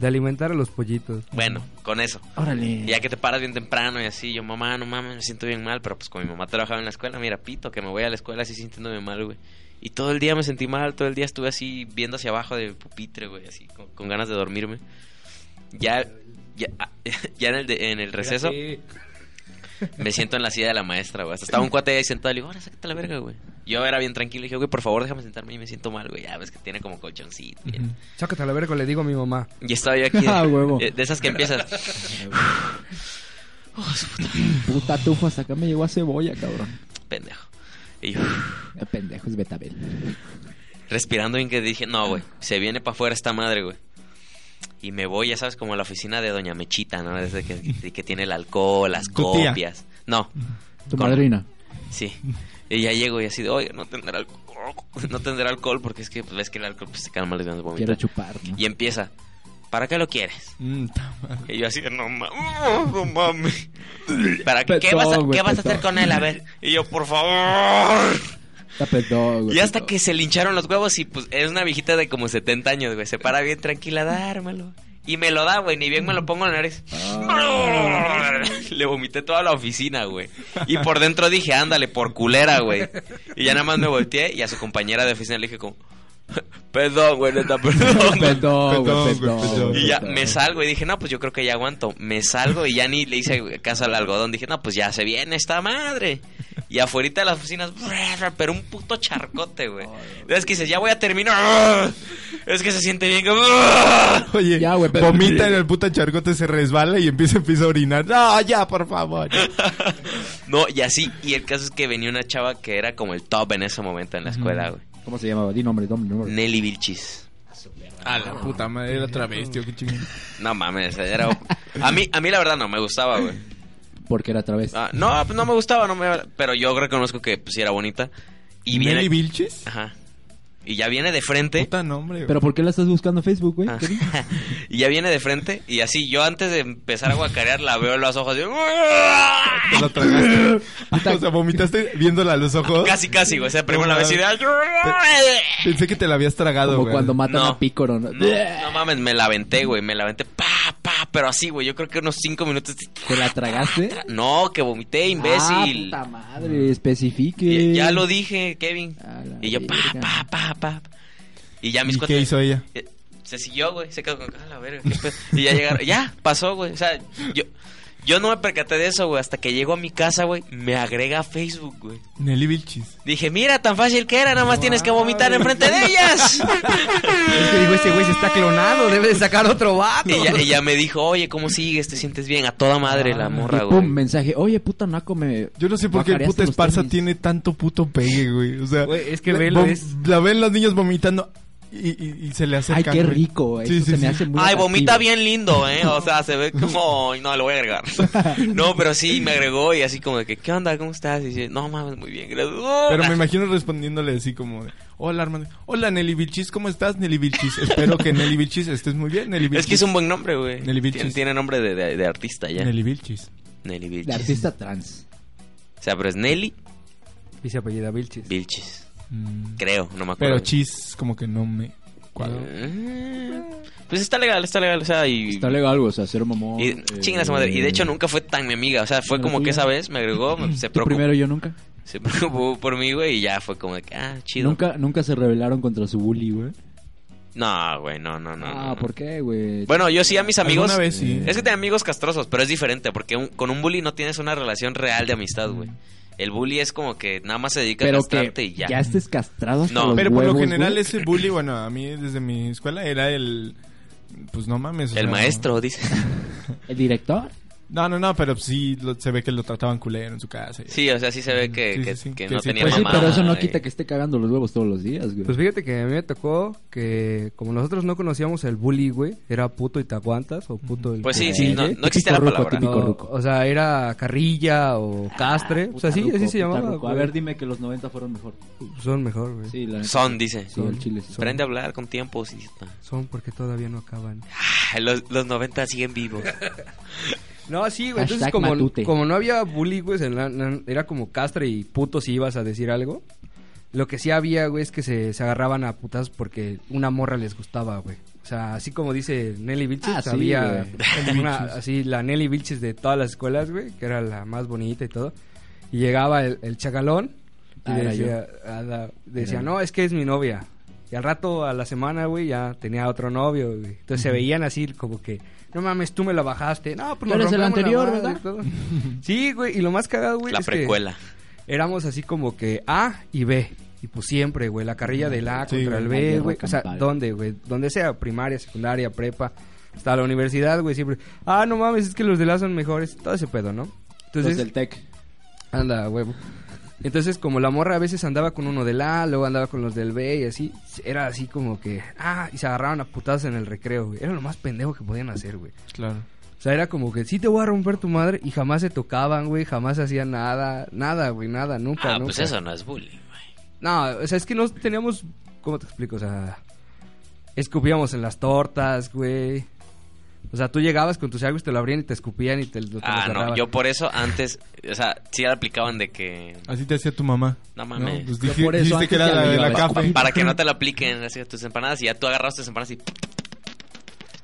Speaker 4: De alimentar a los pollitos.
Speaker 3: Bueno, con eso.
Speaker 5: Órale.
Speaker 3: Ya que te paras bien temprano y así, yo mamá, no mames, me siento bien mal, pero pues con mi mamá trabajaba en la escuela, mira, pito, que me voy a la escuela así sintiéndome mal, güey. Y todo el día me sentí mal, todo el día estuve así viendo hacia abajo de mi pupitre, güey, así, con, con ganas de dormirme. Ya, ya, ah, ya en el, de- en el receso
Speaker 4: Sí.
Speaker 3: me siento en la silla de la maestra, güey. Hasta estaba un cuate ahí sentado, le digo, ahora sácate la verga, güey. Yo era bien tranquilo, le dije, güey, por favor, déjame sentarme y me siento mal, güey. Ya ves que tiene como colchoncito. y-
Speaker 4: Chácate a la verga, le digo a mi mamá.
Speaker 3: Y estaba yo aquí.
Speaker 5: Ah, huevo.
Speaker 3: De, de esas que empiezas.
Speaker 5: Puta tufa, hasta acá me llegó a cebolla, cabrón.
Speaker 3: Pendejo. Y yo,
Speaker 5: Eh, Pendejo, es Betabel.
Speaker 3: respirando bien que dije, no, güey, se viene para afuera esta madre, güey. Y me voy, ya sabes, como a la oficina de Doña Mechita, ¿no? Desde que, de que tiene el alcohol, las
Speaker 6: Tu tía.
Speaker 3: copias. No,
Speaker 5: Tu
Speaker 3: Con-
Speaker 5: madrina.
Speaker 3: sí. Y ya llego y así de, oye, no tendrá alcohol. No tendrá alcohol porque es que pues, ves que el alcohol pues, te calma las ganas de
Speaker 5: Quiero
Speaker 3: vomitar.
Speaker 5: chupar, ¿no?
Speaker 3: Y empieza, ¿para qué lo quieres?
Speaker 6: Mm, ta madre.
Speaker 3: Y yo así de, no mames, no mames. ¿Para qué? ¿Qué
Speaker 5: Petón,
Speaker 3: vas a,
Speaker 5: güey,
Speaker 3: qué vas a hacer
Speaker 5: petón.
Speaker 3: con él? A ver. Y yo, por favor.
Speaker 5: Está pedo, güey.
Speaker 3: Y hasta que se le hincharon los huevos y pues es una viejita de como 70 años, güey. Se para bien tranquila, dármelo. Y me lo da, güey, ni bien me lo pongo en la nariz. Le vomité toda la oficina, güey. Y por dentro dije, ándale, por culera, güey. Y ya nada más me volteé y a su compañera de oficina le dije como, perdón, güey, neta, perdón.
Speaker 5: Pedo, güey,
Speaker 6: Petón,
Speaker 5: pedo,
Speaker 6: güey, petón.
Speaker 5: güey,
Speaker 3: Y ya
Speaker 5: pedo.
Speaker 3: me salgo y dije, no, pues yo creo que ya aguanto. Me salgo y ya ni le hice caso al algodón. Dije, no, pues ya se viene esta madre. Y afuerita de las oficinas, pero un puto charcote, güey. Es que dices, ya voy a terminar. Es que se siente bien como...
Speaker 6: Oye,
Speaker 5: Ya, güey, pero-
Speaker 6: vomita en el puta charcote, se resbala y empieza, empieza a orinar. No, ya, por favor.
Speaker 3: No, y así. Y el caso es que venía una chava que era como el top en ese momento en la escuela, güey.
Speaker 5: ¿Cómo se llamaba? Di nombre, nombre, nombre.
Speaker 3: Nelly Vilchis.
Speaker 6: A la puta madre, era otra vez, tío, qué chingón.
Speaker 3: No mames, era... A mí, a mí la verdad no me gustaba, güey.
Speaker 5: Porque era través.
Speaker 3: Ah, no, pues, no me gustaba, no me... Pero yo reconozco que pues, sí era bonita. Y viene...
Speaker 6: Nelly Vilches?
Speaker 3: Ajá. Y ya viene de frente.
Speaker 6: Puta nombre, güey.
Speaker 5: ¿Pero por qué la estás buscando en Facebook, güey?
Speaker 3: Ah.
Speaker 5: ¿Qué dices?
Speaker 3: y ya viene de frente. Y así, yo antes de empezar a guacarear, la veo en los ojos. y-
Speaker 6: Te lo tragaste. o sea, vomitaste viéndola a los ojos.
Speaker 3: Ah, Casi, casi, güey. O sea, primero la vez y de-
Speaker 6: Pensé que te la habías tragado,
Speaker 5: Como
Speaker 6: güey.
Speaker 5: cuando matan
Speaker 3: No.
Speaker 5: a Pícoro, ¿no?
Speaker 3: No, no mames, me la aventé, güey. Me la aventé. Pa, pa. Pero así, güey. Yo creo que unos cinco minutos.
Speaker 5: ¿Te la tragaste?
Speaker 3: No, que vomité,
Speaker 5: Ah,
Speaker 3: imbécil.
Speaker 5: puta madre, especifique.
Speaker 3: Y- ya lo dije, Kevin.
Speaker 5: A la
Speaker 3: Y yo, pa,
Speaker 5: verga.
Speaker 3: pa, pa, pa. Y ya mis
Speaker 6: ¿Y
Speaker 3: cuates-
Speaker 6: qué hizo ella?
Speaker 3: Eh, Se siguió, güey. Se quedó con "Ah, la verga. qué pedo". Y ya llegaron. Ya, pasó, güey. O sea, yo, yo no me percaté de eso, güey. Hasta que llego a mi casa, güey. Me agrega a Facebook, güey.
Speaker 6: Nelly Vilchis.
Speaker 3: Dije, mira, tan fácil que era. Nada más tienes que vomitar enfrente de ellas.
Speaker 4: Es que digo, ese güey se está clonado, debe de sacar otro vato.
Speaker 3: y ella, ella me dijo, oye, ¿cómo sigues? ¿Te sientes bien? A toda madre la morra,
Speaker 5: Ah, Y pum,
Speaker 3: güey.
Speaker 5: mensaje. Oye, puta naco, me.
Speaker 6: Yo no sé por qué el
Speaker 5: Guacareaste
Speaker 6: puta
Speaker 5: los
Speaker 6: esparza
Speaker 5: tenis.
Speaker 6: tiene tanto puto pegue, güey. O sea,
Speaker 4: Güey, es que
Speaker 6: la-
Speaker 4: velo,
Speaker 6: vom-
Speaker 4: es-
Speaker 6: la ven los niños vomitando y, y- y se le
Speaker 5: Ay,
Speaker 6: acercan.
Speaker 5: qué
Speaker 6: güey.
Speaker 5: rico, güey.
Speaker 6: Sí,
Speaker 5: Eso
Speaker 6: sí,
Speaker 5: se me
Speaker 6: sí.
Speaker 5: hace
Speaker 3: Ay,
Speaker 5: muy. atractivo.
Speaker 3: vomita bien lindo, ¿eh? O sea, se ve como... Ay, No, lo voy a agregar. No, pero sí, me agregó y así como de que, ¿qué onda? ¿Cómo estás? Y dice, no mames, muy bien. gracias".
Speaker 6: Pero me imagino respondiéndole así como de, hola hermano, hola Nelly Vilchis, ¿cómo estás Nelly Vilchis? Espero que Nelly Vilchis estés muy bien, Nelly Vilchis.
Speaker 3: Es que es un buen nombre, güey.
Speaker 6: Nelly Vilchis.
Speaker 3: Tiene, tiene nombre de, de- de artista ya. Nelly,
Speaker 6: Nelly Vilchis.
Speaker 3: Vilchis.
Speaker 5: De artista trans.
Speaker 3: O sea, pero es Nelly
Speaker 4: Y se apellida Vilchis.
Speaker 3: Vilchis.
Speaker 6: Mm.
Speaker 3: Creo, no me acuerdo. Eh,
Speaker 6: Pero chis como que no me cuadra.
Speaker 3: Mm, Pues está legal, está legal, o sea, y...
Speaker 5: Está legal, güey, o sea, ser mamón.
Speaker 3: y
Speaker 5: eh,
Speaker 3: chinga su madre. Y de hecho nunca fue tan mi amiga, o sea, fue
Speaker 5: ¿no
Speaker 3: como
Speaker 5: fui?
Speaker 3: que esa vez me agregó, me- se
Speaker 5: tú
Speaker 3: preocupó.
Speaker 5: primero yo nunca.
Speaker 3: Se preocupó por mí, güey, y ya fue como de que, ah, chido.
Speaker 5: Nunca nunca se rebelaron contra su bully, güey.
Speaker 3: No, güey, no, no, no. no,
Speaker 5: Ah,
Speaker 3: no.
Speaker 5: ¿por qué, güey?
Speaker 3: Bueno, yo sí a mis amigos.
Speaker 6: Alguna vez sí. ¿eh?
Speaker 3: Es que tengo amigos castrosos, pero es diferente, porque un- con un bully no tienes una relación real de amistad, güey. El bully es como que nada más se dedica a
Speaker 5: Mm. pero
Speaker 3: castrarte
Speaker 5: que
Speaker 3: y ya.
Speaker 5: ya estés castrado hasta
Speaker 3: No.
Speaker 5: los
Speaker 6: Pero por lo
Speaker 5: huevos,
Speaker 6: general
Speaker 5: güey.
Speaker 6: ese bully, bueno, a mí desde mi escuela era el... Pues no mames. o
Speaker 3: El
Speaker 6: sea,
Speaker 3: maestro, dice.
Speaker 5: ¿El director?
Speaker 6: No, no, no, pero sí lo- se ve que lo trataban culero en su casa.
Speaker 3: Sí, o sea, sí se ve que,
Speaker 6: Sí, sí,
Speaker 3: que-
Speaker 6: sí.
Speaker 3: que
Speaker 6: Que
Speaker 3: no
Speaker 6: sí,
Speaker 3: tenía
Speaker 5: Pues sí,
Speaker 3: mamá.
Speaker 5: pero eso no
Speaker 3: güey.
Speaker 5: quita que esté cagando los huevos todos los días, güey.
Speaker 4: Pues fíjate que a mí me tocó que como nosotros no conocíamos el bully, güey, era puto y te aguantas o puto y
Speaker 3: Pues
Speaker 4: te
Speaker 3: sí, sí,
Speaker 4: ríes.
Speaker 3: no,
Speaker 5: Eh, Típico
Speaker 3: no existe la
Speaker 5: ruco,
Speaker 3: palabra.
Speaker 5: típico.
Speaker 4: No,
Speaker 5: ruco.
Speaker 4: O sea, era carrilla o castre. o sea, sí, así se llamaba.
Speaker 5: A
Speaker 4: güey.
Speaker 5: ver, dime que los 90 fueron mejor.
Speaker 4: Son mejor, güey.
Speaker 5: Sí, la neta.
Speaker 3: Son, dice.
Speaker 5: Sí, el chile. sí.
Speaker 3: Aprende a hablar con tiempo. sí.
Speaker 4: Son porque todavía no acaban.
Speaker 3: Ah, Los, los 90 siguen vivos.
Speaker 4: No, sí, güey. Entonces,
Speaker 5: Hashtag
Speaker 4: como,
Speaker 5: matute.
Speaker 4: como no había bully, güey, en la- na- era como castre y puto si ibas a decir algo. Lo que sí había, güey, es que se, se agarraban a putas porque una morra les gustaba, güey. O sea, así como dice Nelly Vilches,
Speaker 5: Ah, sí,
Speaker 4: había
Speaker 6: güey.
Speaker 4: una- así la Nelly Vilches de todas las escuelas, güey, que era la más bonita y todo. Y llegaba el, el chacalón y
Speaker 5: Ah, era
Speaker 4: decía, a la- decía,
Speaker 5: Era yo.
Speaker 4: no, es que es mi novia. Y al rato, a la semana, güey, ya tenía otro novio, güey. Entonces se veían así como que, no mames, tú me la bajaste. No, pues
Speaker 5: Tú
Speaker 4: nos
Speaker 5: eres
Speaker 4: rompemos
Speaker 5: el
Speaker 4: la
Speaker 5: anterior,
Speaker 4: madre
Speaker 5: ¿verdad?
Speaker 4: y todo. Sí, güey, y lo más cagado, güey,
Speaker 3: la
Speaker 4: es que
Speaker 3: precuela.
Speaker 4: éramos así como que A y B. Y pues siempre, güey, la carrilla del A
Speaker 6: Sí,
Speaker 4: contra el
Speaker 5: güey, la
Speaker 4: B,
Speaker 5: guerra
Speaker 4: güey. O sea,
Speaker 5: campal.
Speaker 4: ¿dónde, güey? Donde sea, primaria, secundaria, prepa, hasta la universidad, güey, siempre. Ah, no mames, es que los del A son mejores. Todo ese pedo, ¿no? Entonces,
Speaker 5: Entonces, el tech.
Speaker 4: Anda, huevo. Entonces, como la morra a veces andaba con uno del A, luego andaba con los del B y así, era así como que, ah, y se agarraban a putadas en el recreo, güey. Era lo más pendejo que podían hacer, güey.
Speaker 6: Claro.
Speaker 4: O sea, era como que, sí te voy a romper tu madre, y jamás se tocaban, güey, jamás hacían nada, nada, güey, nada, nunca,
Speaker 3: Ah,
Speaker 4: nunca.
Speaker 3: pues eso no es bullying, güey.
Speaker 4: No, o sea, es que no teníamos, ¿cómo te explico? O sea, escupíamos en las tortas, güey. O sea, tú llegabas con tus sándwiches, te lo abrían y te escupían y te lo te lo
Speaker 3: Ah, no,
Speaker 4: cerraban.
Speaker 3: yo por eso antes, o sea, sí aplicaban de que
Speaker 6: Así te hacía tu mamá.
Speaker 3: No mames.
Speaker 6: Pues
Speaker 5: Yo
Speaker 6: dije-
Speaker 5: por
Speaker 6: dijiste
Speaker 5: eso antes
Speaker 6: que era
Speaker 5: ya
Speaker 6: la
Speaker 5: me
Speaker 6: de
Speaker 5: iba
Speaker 6: la
Speaker 5: a
Speaker 6: café.
Speaker 5: vestir.
Speaker 3: para que no te lo apliquen así, tus empanadas y ya tú agarrabas tus empanadas y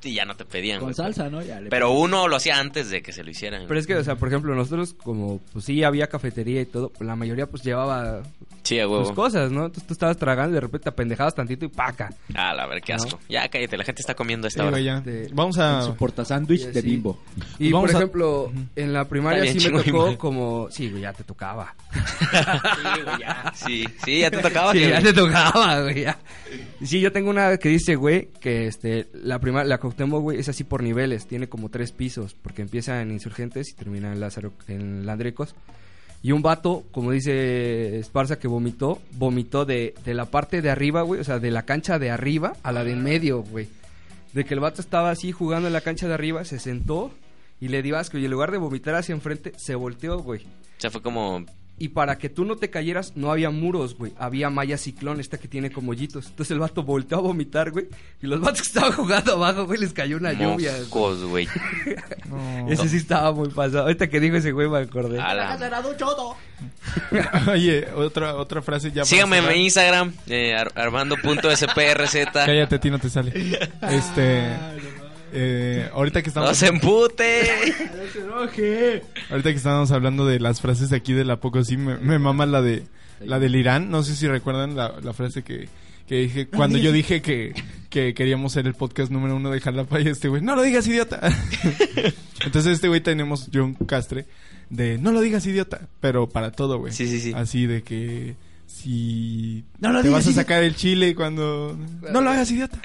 Speaker 3: y ya no te pedían.
Speaker 5: Con
Speaker 3: güey.
Speaker 5: salsa, ¿no? Ya le-
Speaker 3: Pero uno lo hacía antes de que se lo hicieran.
Speaker 4: Pero es que, o sea, por ejemplo, nosotros como, pues sí, había cafetería y todo, la mayoría pues llevaba
Speaker 3: sí, a
Speaker 4: sus
Speaker 3: huevo.
Speaker 4: cosas, ¿no? Entonces tú estabas tragando y de repente te apendejabas tantito y ¡paca!
Speaker 3: Ah, la ver, qué
Speaker 4: No.
Speaker 3: asco. Ya cállate, la gente está comiendo a
Speaker 6: Sí,
Speaker 3: esta hora.
Speaker 6: güey, ya.
Speaker 4: Este,
Speaker 6: Vamos
Speaker 5: En
Speaker 6: a...
Speaker 5: su porta sándwich
Speaker 4: Y
Speaker 5: de
Speaker 4: así.
Speaker 5: bimbo.
Speaker 4: Y
Speaker 6: Pues Vamos
Speaker 4: por
Speaker 6: a-
Speaker 4: ejemplo, en la primaria
Speaker 3: Está bien,
Speaker 4: sí me
Speaker 3: chingo mi
Speaker 4: tocó
Speaker 3: madre.
Speaker 4: como, sí, güey, ya te tocaba.
Speaker 3: Sí, güey, ya. Sí, sí, ya te tocaba.
Speaker 4: Sí,
Speaker 3: que-
Speaker 4: ya te tocaba, güey. ya. Sí, yo tengo una que dice, güey, que este, la prima, la Cuauhtémoc, güey, es así por niveles, tiene como tres pisos, porque empieza en Insurgentes y termina en Lázaro, en Landrecos. Y un vato, como dice Esparza, que vomitó, vomitó de, de la parte de arriba, güey, o sea, de la cancha de arriba a la de en medio, güey. De que el vato estaba así jugando en la cancha de arriba, se sentó y le dio asco, y en lugar de vomitar hacia enfrente, se volteó, güey.
Speaker 3: O sea, fue como...
Speaker 4: Y para que tú no te cayeras, no había muros, güey. Había malla ciclón, esta que tiene como hoyitos. Entonces el vato volteó a vomitar, güey. Y los vatos que estaban jugando abajo, güey, les cayó una lluvia. güey.
Speaker 3: Mocos, güey.
Speaker 4: Ese sí estaba muy pasado. Ahorita que dijo ese güey me acordé.
Speaker 3: A la-
Speaker 6: Oye, otra, otra frase ya. para
Speaker 3: Síganme en
Speaker 6: cerrar.
Speaker 3: mi Instagram, eh, ar- armando.sprz.
Speaker 6: Cállate, a ti no te sale. Este... eh, ahorita que
Speaker 3: ¡No
Speaker 6: estamos...
Speaker 3: se empute!
Speaker 6: Ahorita que estábamos hablando de las frases de aquí de la poco, sí, me, me mama la de la del Irán. No sé si recuerdan la, la frase que, que dije cuando yo dije que, que queríamos ser el podcast número uno de Jalapa y este güey, no lo digas idiota. Entonces este güey tenemos yo un castre de no lo digas idiota, pero para todo, güey.
Speaker 3: Sí, sí, sí.
Speaker 6: Así de que si
Speaker 5: No lo
Speaker 6: te
Speaker 5: digas
Speaker 6: vas a
Speaker 5: idiota.
Speaker 6: sacar el chile cuando no lo hagas idiota,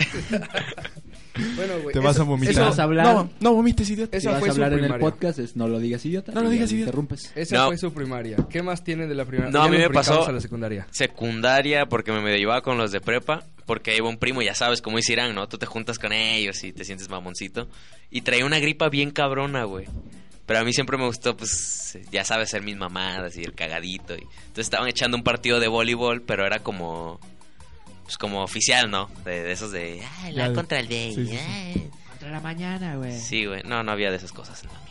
Speaker 4: Bueno, güey.
Speaker 6: te vas a
Speaker 4: eso-
Speaker 6: vomitar.
Speaker 5: eso vas a hablar.
Speaker 6: No, no vomites idiota.
Speaker 4: Esa
Speaker 5: si vas
Speaker 4: fue
Speaker 5: a
Speaker 4: su
Speaker 5: hablar en el
Speaker 4: primaria.
Speaker 5: podcast, es no lo digas idiota.
Speaker 6: No lo
Speaker 5: y ya
Speaker 6: digas
Speaker 5: me
Speaker 6: idiota.
Speaker 5: Interrumpes.
Speaker 4: Esa
Speaker 3: No.
Speaker 4: fue su primaria. ¿Qué más tiene de la primaria?
Speaker 3: No, a
Speaker 4: Ya
Speaker 3: mí
Speaker 4: nos
Speaker 3: me pasó-
Speaker 4: brincamos a la secundaria.
Speaker 3: secundaria porque me medio llevaba con los de prepa. Porque ahí iba un primo, ya sabes cómo es Irán, ¿no? Tú te juntas con ellos y te sientes mamoncito. Y traía una gripa bien cabrona, güey. Pero a mí siempre me gustó, pues, ya sabes, hacer mis mamadas y el cagadito. Y... Entonces estaban echando un partido de voleibol, pero era como. Pues como oficial, ¿no? De, de esos de. Ah, el A
Speaker 6: Ya,
Speaker 3: contra el ah". B.
Speaker 6: sí, sí, sí.
Speaker 3: ay".
Speaker 8: Contra la mañana, güey.
Speaker 3: Sí, güey. No, no había de esas cosas en la mía.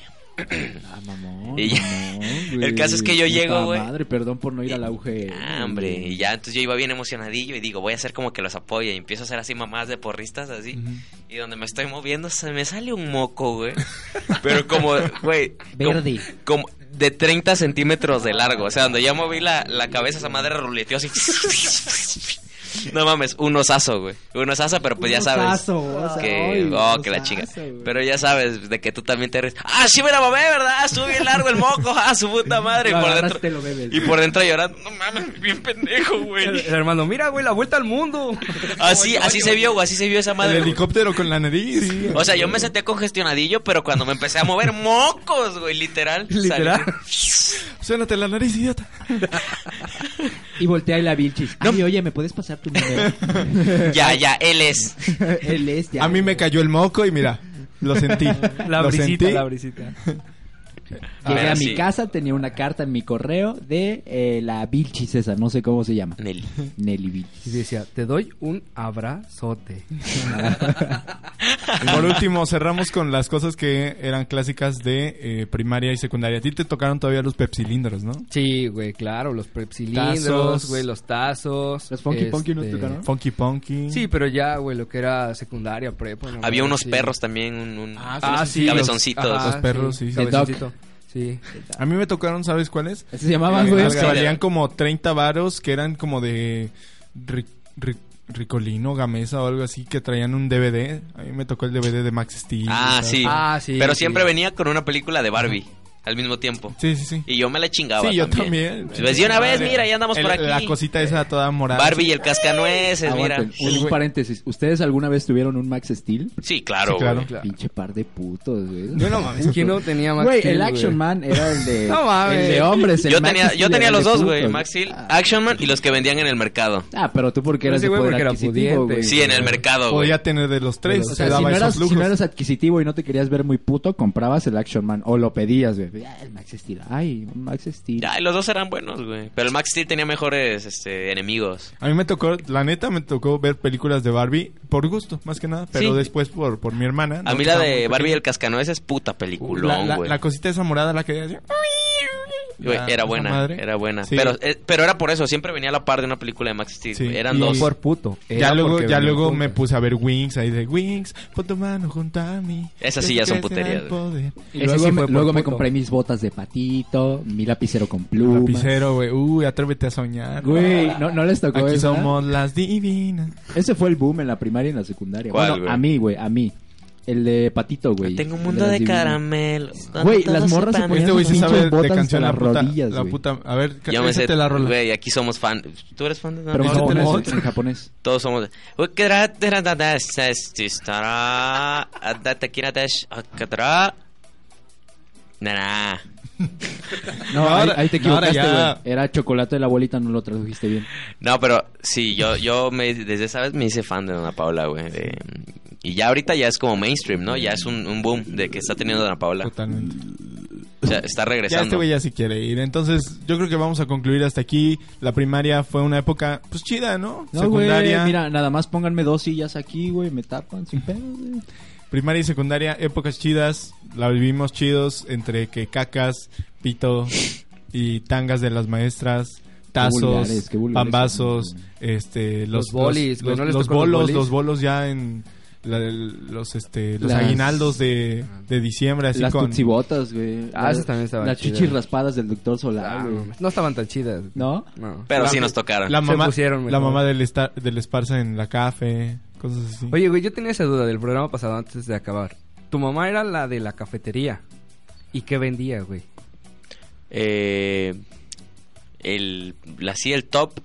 Speaker 5: Ah, mamón.
Speaker 3: Y ya-
Speaker 5: mamón,
Speaker 3: el
Speaker 5: güey.
Speaker 3: caso es que yo
Speaker 5: Puta
Speaker 3: llego, güey.
Speaker 5: Madre, perdón por no ir al auge.
Speaker 3: Ah, hombre, y ya entonces yo iba bien emocionadillo y digo, voy a hacer como que los apoya y empiezo a hacer así mamás de porristas así. Y donde me estoy moviendo se me sale un moco, güey. Pero como, güey, como-
Speaker 5: Verde.
Speaker 3: como de 30 centímetros de largo. O sea, donde ya moví la, la cabeza, esa madre ruleteó así. No mames, un osazo, güey. Un osazo, pero pues
Speaker 8: Un
Speaker 3: ya sabes.
Speaker 8: osazo, o sea,
Speaker 3: que,
Speaker 8: ay,
Speaker 3: oh,
Speaker 8: un
Speaker 3: que la
Speaker 8: osazo,
Speaker 3: chinga.
Speaker 8: güey.
Speaker 3: Pero ya sabes, de que tú también te res. Ah, sí me la mamé, ¿verdad? Estuvo bien largo el moco. Ah, su puta madre. Y
Speaker 5: Lo
Speaker 3: por
Speaker 5: agarras,
Speaker 3: dentro.
Speaker 5: te lo bebes.
Speaker 3: Y por dentro llorando. No mames, bien pendejo,
Speaker 4: El,
Speaker 3: güey.
Speaker 4: el hermano, mira, güey, la vuelta al mundo.
Speaker 3: Así, así se vio, güey. Así se vio esa madre.
Speaker 6: El
Speaker 3: güey.
Speaker 6: helicóptero con la nariz.
Speaker 3: O sea, yo me senté congestionadillo, pero cuando me empecé a mover, mocos, güey, literal.
Speaker 4: Literal.
Speaker 3: Salí.
Speaker 6: Suénate la nariz, idiota.
Speaker 5: Y voltea y la Vilchis. Ay, oye, ¿me puedes pasar tu número?
Speaker 3: Ya, ya, él es.
Speaker 5: Él es ya.
Speaker 6: A mí me cayó el moco y mira, lo sentí.
Speaker 4: La
Speaker 6: lo
Speaker 4: brisita,
Speaker 6: sentí.
Speaker 4: la brisita.
Speaker 5: Llegué
Speaker 3: Ah,
Speaker 5: a
Speaker 3: sí.
Speaker 5: mi casa, tenía una carta en mi correo de eh, la Vilchis esa, no sé cómo se llama.
Speaker 3: Nelly.
Speaker 5: Nelly Vilchis.
Speaker 4: Y decía, te doy un abrazote.
Speaker 6: Y por último, cerramos con las cosas que eran clásicas de eh, primaria y secundaria. A ti te tocaron todavía los pepsilindros, ¿no?
Speaker 4: Sí, güey, claro, los
Speaker 6: Tazos.
Speaker 4: prepsilindros, güey, los tazos. este,
Speaker 5: Los Funky Punky nos tocaron.
Speaker 6: Este, Funky Punky.
Speaker 4: Sí, pero ya, güey, lo que era secundaria, prepa. no
Speaker 3: Había
Speaker 4: mames,
Speaker 3: unos
Speaker 4: sí.
Speaker 3: perros también, un, un-
Speaker 4: Ah, sí.
Speaker 3: cabezoncitos.
Speaker 4: Ajá,
Speaker 6: Los perros, sí, sí.
Speaker 4: cabezoncito. Sí.
Speaker 6: A mí me tocaron, ¿sabes cuáles?
Speaker 5: Así se
Speaker 4: Ah,
Speaker 5: llamaban,
Speaker 6: Eh,
Speaker 5: güey.
Speaker 6: las que
Speaker 3: Sí.
Speaker 6: valían como 30 varos, que eran como de ri- ri- Ricolino, Gamesa o algo así, que traían un DVD. A mí me tocó el DVD de Max Steel.
Speaker 3: Ah,
Speaker 6: ¿sabes?
Speaker 3: sí.
Speaker 4: Ah, sí,
Speaker 3: Pero
Speaker 4: sí.
Speaker 3: siempre venía con una película de Barbie al mismo tiempo.
Speaker 6: Sí, sí, sí.
Speaker 3: Y yo me la chingaba.
Speaker 6: sí, yo también.
Speaker 3: Pues de una vez,
Speaker 6: Madre.
Speaker 3: mira, ya andamos
Speaker 6: El-
Speaker 3: por aquí.
Speaker 6: La cosita esa toda morada.
Speaker 3: Barbie y el
Speaker 6: Ah,
Speaker 3: cascanueces, mira.
Speaker 5: Aguanten, un, un paréntesis. ¿Ustedes alguna vez tuvieron un Max Steel?
Speaker 3: Sí, claro,
Speaker 6: Sí, claro.
Speaker 3: güey.
Speaker 4: Claro.
Speaker 5: Pinche par de putos, güey.
Speaker 6: Yo no mames.
Speaker 4: ¿Quién no tenía más?
Speaker 5: Güey,
Speaker 4: Steel,
Speaker 5: el Action Man era el de,
Speaker 4: No mames.
Speaker 5: el de hombres. el
Speaker 3: Yo
Speaker 5: Max
Speaker 3: tenía, yo
Speaker 5: Steel
Speaker 3: tenía
Speaker 5: era
Speaker 3: los
Speaker 5: de
Speaker 3: dos,
Speaker 5: putos,
Speaker 3: güey. Max Steel, Action Man y los que vendían en el mercado.
Speaker 5: Ah, pero tú porque eras
Speaker 4: Ese
Speaker 5: de
Speaker 4: güey
Speaker 5: poder
Speaker 4: porque era
Speaker 5: adquisitivo,
Speaker 4: pudiente.
Speaker 5: güey.
Speaker 3: Sí, en el mercado, güey.
Speaker 6: Podía tener de los tres.
Speaker 5: O
Speaker 6: te
Speaker 5: sea, si
Speaker 6: daba
Speaker 5: no, eras,
Speaker 6: esos
Speaker 5: si
Speaker 6: lujos.
Speaker 5: no eras adquisitivo y no te querías ver muy puto, comprabas el Action Man o lo pedías, güey. Ah, el Max Steel. Ay, un Max Steel.
Speaker 3: Ay, los dos eran buenos, güey. Pero el Max Steel tenía mejores este, enemigos.
Speaker 6: A mí me tocó, la neta, me tocó ver películas de Barbie por gusto, más que nada, pero
Speaker 3: Sí.
Speaker 6: después por, por mi hermana.
Speaker 3: A
Speaker 6: ¿no?
Speaker 3: mí la
Speaker 6: Estaba muy
Speaker 3: de
Speaker 6: pequeña.
Speaker 3: Barbie y el cascanueces, puta
Speaker 6: la,
Speaker 3: peliculón,
Speaker 6: la,
Speaker 3: güey.
Speaker 6: la cosita esa morada, la que decía, "Ah,
Speaker 3: Güey,
Speaker 6: la-
Speaker 3: Era
Speaker 6: esa
Speaker 3: buena,
Speaker 6: madre.
Speaker 3: era buena.
Speaker 6: Sí.
Speaker 3: Pero, eh, pero era por eso, siempre venía a la par de una película de Max Steel.
Speaker 6: Sí.
Speaker 3: güey. Eran
Speaker 6: Y-
Speaker 3: dos.
Speaker 4: Por puto.
Speaker 6: Ya
Speaker 4: Era
Speaker 6: luego,
Speaker 4: porque
Speaker 6: ya
Speaker 4: venían
Speaker 6: luego me
Speaker 4: juntas.
Speaker 6: puse a ver Wings, ahí de Wings, pon tu mano junto a mí.
Speaker 3: Esas sí ya son puterías, güey.
Speaker 5: Y
Speaker 4: Ese
Speaker 5: luego,
Speaker 4: sí
Speaker 5: me,
Speaker 4: fue por
Speaker 5: luego me
Speaker 4: puto.
Speaker 5: compré mis botas de patito, mi lapicero con plumas.
Speaker 6: Lapicero, güey. Uy, atrévete a soñar.
Speaker 5: Güey, no, no les tocó
Speaker 6: Aquí
Speaker 5: eso.
Speaker 6: somos las divinas.
Speaker 5: Ese fue el boom en la primaria y en la secundaria.
Speaker 3: ¿Cuál,
Speaker 5: bueno,
Speaker 3: güey?
Speaker 5: a mí, güey, a mí. El de patito, güey.
Speaker 3: Tengo un
Speaker 5: El
Speaker 3: mundo
Speaker 5: las
Speaker 3: de
Speaker 5: divinas.
Speaker 3: caramelo.
Speaker 5: Güey, las morras se ponían
Speaker 6: Este güey
Speaker 5: sus
Speaker 6: sí
Speaker 5: pinches
Speaker 6: sabe de
Speaker 5: botas hasta
Speaker 6: canción la
Speaker 5: las
Speaker 6: puta.
Speaker 5: rodillas,
Speaker 6: la
Speaker 5: güey.
Speaker 6: puta. A ver,
Speaker 3: Yo me sé,
Speaker 6: te la rola.
Speaker 3: güey, aquí somos fan. ¿Tú eres fan de
Speaker 5: Pero en
Speaker 6: Ese
Speaker 5: japonés,
Speaker 6: teléfono.
Speaker 5: en japonés.
Speaker 3: Todos somos. Uy, que ra- te ra- da- da- sa- sti- estará- a- da- te quiera- da- sh- a- que tra- Na- na.
Speaker 5: No,
Speaker 6: No, ahora-
Speaker 5: ahí, ahí te
Speaker 6: no, ahora
Speaker 5: equivocaste, güey.
Speaker 6: ya.
Speaker 5: Era chocolate de la abuelita, no lo tradujiste bien.
Speaker 3: No, pero sí, yo, yo me, desde esa vez me hice fan de Dona Paula, güey. de- y ya ahorita ya es como mainstream, ¿no? Ya es un, un boom de que está teniendo Dona Paula.
Speaker 6: Totalmente.
Speaker 3: O sea, está
Speaker 6: Ya este
Speaker 3: regresando.
Speaker 6: güey ya sí quiere ir. Entonces, yo creo que vamos a concluir hasta aquí. La primaria fue una época, pues chida, ¿no?
Speaker 5: No, güey,
Speaker 6: secundaria.
Speaker 5: mira, nada más pónganme dos sillas aquí, güey, me tapan sin pedo, güey.
Speaker 6: Primaria y secundaria, épocas chidas. La vivimos chidos entre que cacas, pito y tangas de las maestras. Tazos,
Speaker 5: vulgares, qué vulgares
Speaker 6: pambazos,
Speaker 5: son,
Speaker 6: este,
Speaker 4: Los
Speaker 6: los,
Speaker 4: bolis, güey,
Speaker 6: los,
Speaker 4: ¿no les
Speaker 6: los
Speaker 4: tocó los
Speaker 6: bolos,
Speaker 4: bolis?
Speaker 6: los bolos ya en la- los este, los
Speaker 5: Las-
Speaker 6: aguinaldos de, de diciembre así
Speaker 5: Las
Speaker 6: con
Speaker 5: tutsibotas, güey.
Speaker 4: Ah,
Speaker 5: Las-
Speaker 4: esas también estaban
Speaker 5: Las
Speaker 4: chidas.
Speaker 5: chichis raspadas del doctor
Speaker 4: Ah,
Speaker 5: Solar, güey.
Speaker 4: no estaban tan chidas.
Speaker 5: ¿No?
Speaker 4: No.
Speaker 3: Pero
Speaker 6: La-
Speaker 3: sí nos tocaron.
Speaker 6: la
Speaker 4: Se
Speaker 6: mamá,
Speaker 4: pusieron
Speaker 6: la
Speaker 4: mejor.
Speaker 6: mamá del, esta- del esparza en la cafe, cosas así.
Speaker 4: Oye, güey, yo tenía esa duda del programa pasado antes de acabar. Tu mamá era la de la cafetería. ¿Y qué vendía, güey?
Speaker 3: Eh, el, la, sí, el top.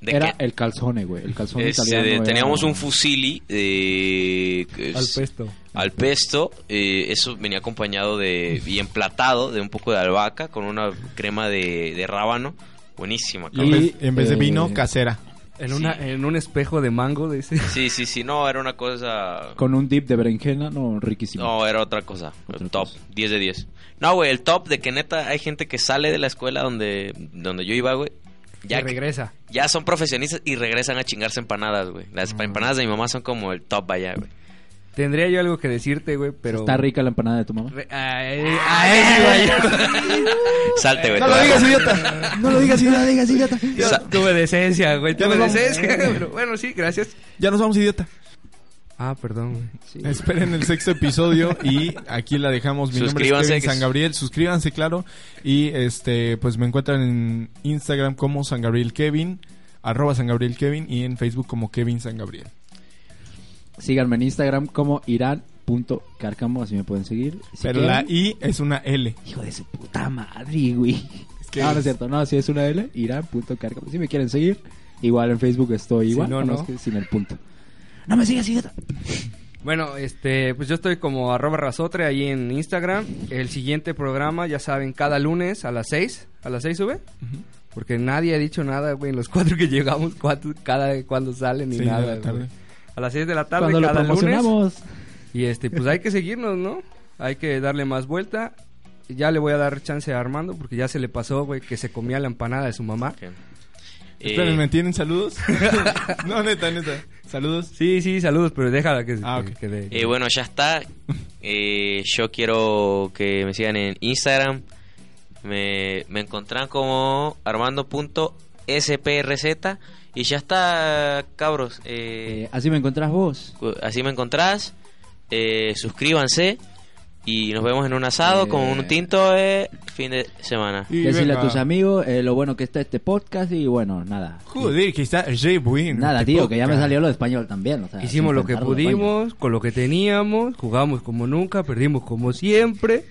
Speaker 3: De
Speaker 5: Era
Speaker 3: que-
Speaker 5: el calzone, güey. El calzone
Speaker 3: Este,
Speaker 5: italiano. era-
Speaker 3: teníamos un fusili eh, que
Speaker 4: Al
Speaker 3: es-
Speaker 4: pesto.
Speaker 3: al pesto, eh, eso venía acompañado de y emplatado de un poco de albahaca con una crema de, de rábano buenísima
Speaker 6: en,
Speaker 3: cabrón.
Speaker 6: vez, en vez de
Speaker 5: eh,
Speaker 6: vino, casera.
Speaker 4: En, una, en un espejo de mango, de ese.
Speaker 3: sí sí sí no era una cosa
Speaker 5: Con un dip de berenjena, no, riquísimo.
Speaker 3: no era otra cosa
Speaker 5: Otra
Speaker 3: el top
Speaker 5: cosa.
Speaker 3: 10 de 10 no güey el top de que neta hay gente que sale de la escuela donde donde yo iba güey ya
Speaker 4: Ya
Speaker 3: que-
Speaker 4: regresa.
Speaker 3: ya son profesionistas y regresan a chingarse empanadas güey las empanadas de mi mamá son como el top allá güey
Speaker 4: Tendría yo algo que decirte, güey, pero...
Speaker 5: Está rica la empanada de tu mamá.
Speaker 4: Re- Ay, a eso iba yo.
Speaker 3: Salte, güey.
Speaker 6: No
Speaker 3: te
Speaker 6: lo
Speaker 3: voy a-
Speaker 6: digas, idiota. No lo digas, idiota, no lo digas, idiota.
Speaker 4: Yo
Speaker 3: Sa-
Speaker 4: tuve decencia, güey,
Speaker 6: Ya
Speaker 4: tuve
Speaker 6: nos vamos.
Speaker 4: decencia. Pero bueno, sí, gracias.
Speaker 6: Ya nos vamos, idiota.
Speaker 4: Ah, perdón, güey.
Speaker 6: Esperen el sexto episodio y aquí la dejamos. Mi nombre es
Speaker 3: Suscríbanse,
Speaker 6: Kevin
Speaker 3: que-
Speaker 6: San Gabriel. Suscríbanse, claro. Y este, pues me encuentran en Instagram como San Gabriel Kevin, arroba San Gabriel Kevin y en Facebook como Kevin San Gabriel.
Speaker 5: Síganme en Instagram como irán.carcamo, así me pueden seguir. Si
Speaker 6: Pero
Speaker 5: quieren-
Speaker 6: la I es una L.
Speaker 5: Hijo de su puta madre, güey. no, no es cierto. No, si es una L, irán.carcamo. Si me quieren seguir, igual en Facebook estoy
Speaker 6: Si
Speaker 5: igual,
Speaker 6: no,
Speaker 5: nada más
Speaker 6: no.
Speaker 5: que sin el punto. No me sigas, idiota.
Speaker 4: Bueno, este, pues yo estoy como arroba rasotre ahí en Instagram. El siguiente programa, ya saben, cada lunes a las 6. ¿A las 6 sube? Porque nadie ha dicho nada, güey, en los cuatro que llegamos, cuatro- cada cuando salen ni
Speaker 6: Sí, de la
Speaker 4: nada,
Speaker 6: tarde.
Speaker 4: güey. A las 6 de la tarde
Speaker 5: Cuando lo
Speaker 4: cada lunes.
Speaker 5: promocionamos.
Speaker 4: Y este, pues hay que seguirnos, ¿no? Hay que darle más vuelta. Ya le voy a dar chance a Armando porque ya se le pasó, güey, que se comía la empanada de su mamá.
Speaker 3: Ok.
Speaker 6: Esperen, ¿me
Speaker 3: Eh,
Speaker 6: tienen saludos? no, neta, neta. Saludos.
Speaker 4: Sí, sí, saludos, pero déjala que,
Speaker 6: Ah,
Speaker 4: que-
Speaker 6: ok.
Speaker 4: que le-
Speaker 3: eh, bueno, ya está. Eh, yo quiero que me sigan en Instagram. Me, me encontrán como armando.sprz. Y ya está, cabros. Eh,
Speaker 5: Eh, así me encontrás vos.
Speaker 3: cu- así me encontrás. Eh, suscríbanse. Y nos vemos en un asado
Speaker 5: Eh.
Speaker 3: con un tinto de fin de semana.
Speaker 6: Y
Speaker 5: Decirle
Speaker 6: venga.
Speaker 5: a tus amigos eh, lo bueno que está este podcast y bueno, nada.
Speaker 6: Joder, que está re bueno.
Speaker 5: Nada,
Speaker 6: este
Speaker 5: tío, que ya me
Speaker 6: podcast.
Speaker 5: salió lo de español también. o sea,
Speaker 4: Hicimos
Speaker 5: sin
Speaker 4: lo que
Speaker 5: cantar de español.
Speaker 4: pudimos, con lo que teníamos, jugamos como nunca, perdimos como siempre.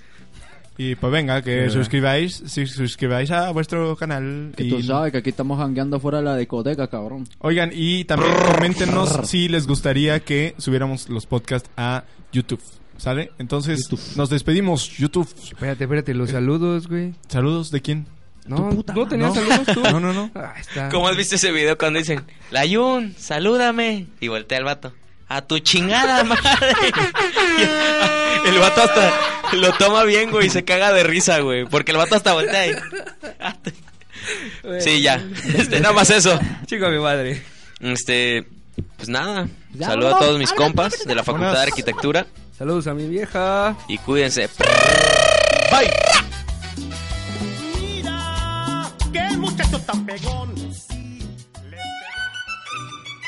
Speaker 6: Y pues venga, que
Speaker 4: verdad.
Speaker 6: suscribáis, si suscribáis a vuestro canal.
Speaker 5: Que
Speaker 6: y-
Speaker 5: tú sabes que aquí estamos jangueando fuera de la discoteca, cabrón.
Speaker 6: Oigan, y también coméntenos si les gustaría que subiéramos los podcasts a YouTube. ¿Sale? Entonces, nos despedimos. YouTube.
Speaker 4: Espérate, espérate, los saludos, güey.
Speaker 6: ¿Saludos de quién?
Speaker 4: No, no tenías
Speaker 6: ¿No?
Speaker 4: saludos tú.
Speaker 6: No, no, no.
Speaker 4: Ah, está.
Speaker 3: ¿Cómo has visto ese video cuando dicen, Layun, salúdame? Y voltea el vato. A tu chingada madre. Y el vato hasta lo toma bien, güey, y se caga de risa, güey. Porque el vato hasta voltea y... Sí, ya. Este, nada más eso.
Speaker 4: Chico, mi madre.
Speaker 3: Este, pues nada.
Speaker 5: Ya,
Speaker 3: Saludo a
Speaker 5: vámonos.
Speaker 3: todos mis compas de la Facultad de
Speaker 6: Vámonos.
Speaker 3: Arquitectura.
Speaker 4: Saludos a mi vieja.
Speaker 3: Y cuídense.
Speaker 6: Bye.
Speaker 2: Mira, qué muchacho tan pegón. Sí, le pegó.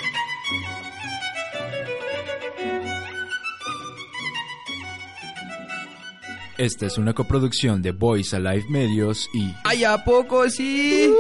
Speaker 1: Esta es una coproducción de Voice Alive Medios y
Speaker 4: ¡Ay, a poco sí!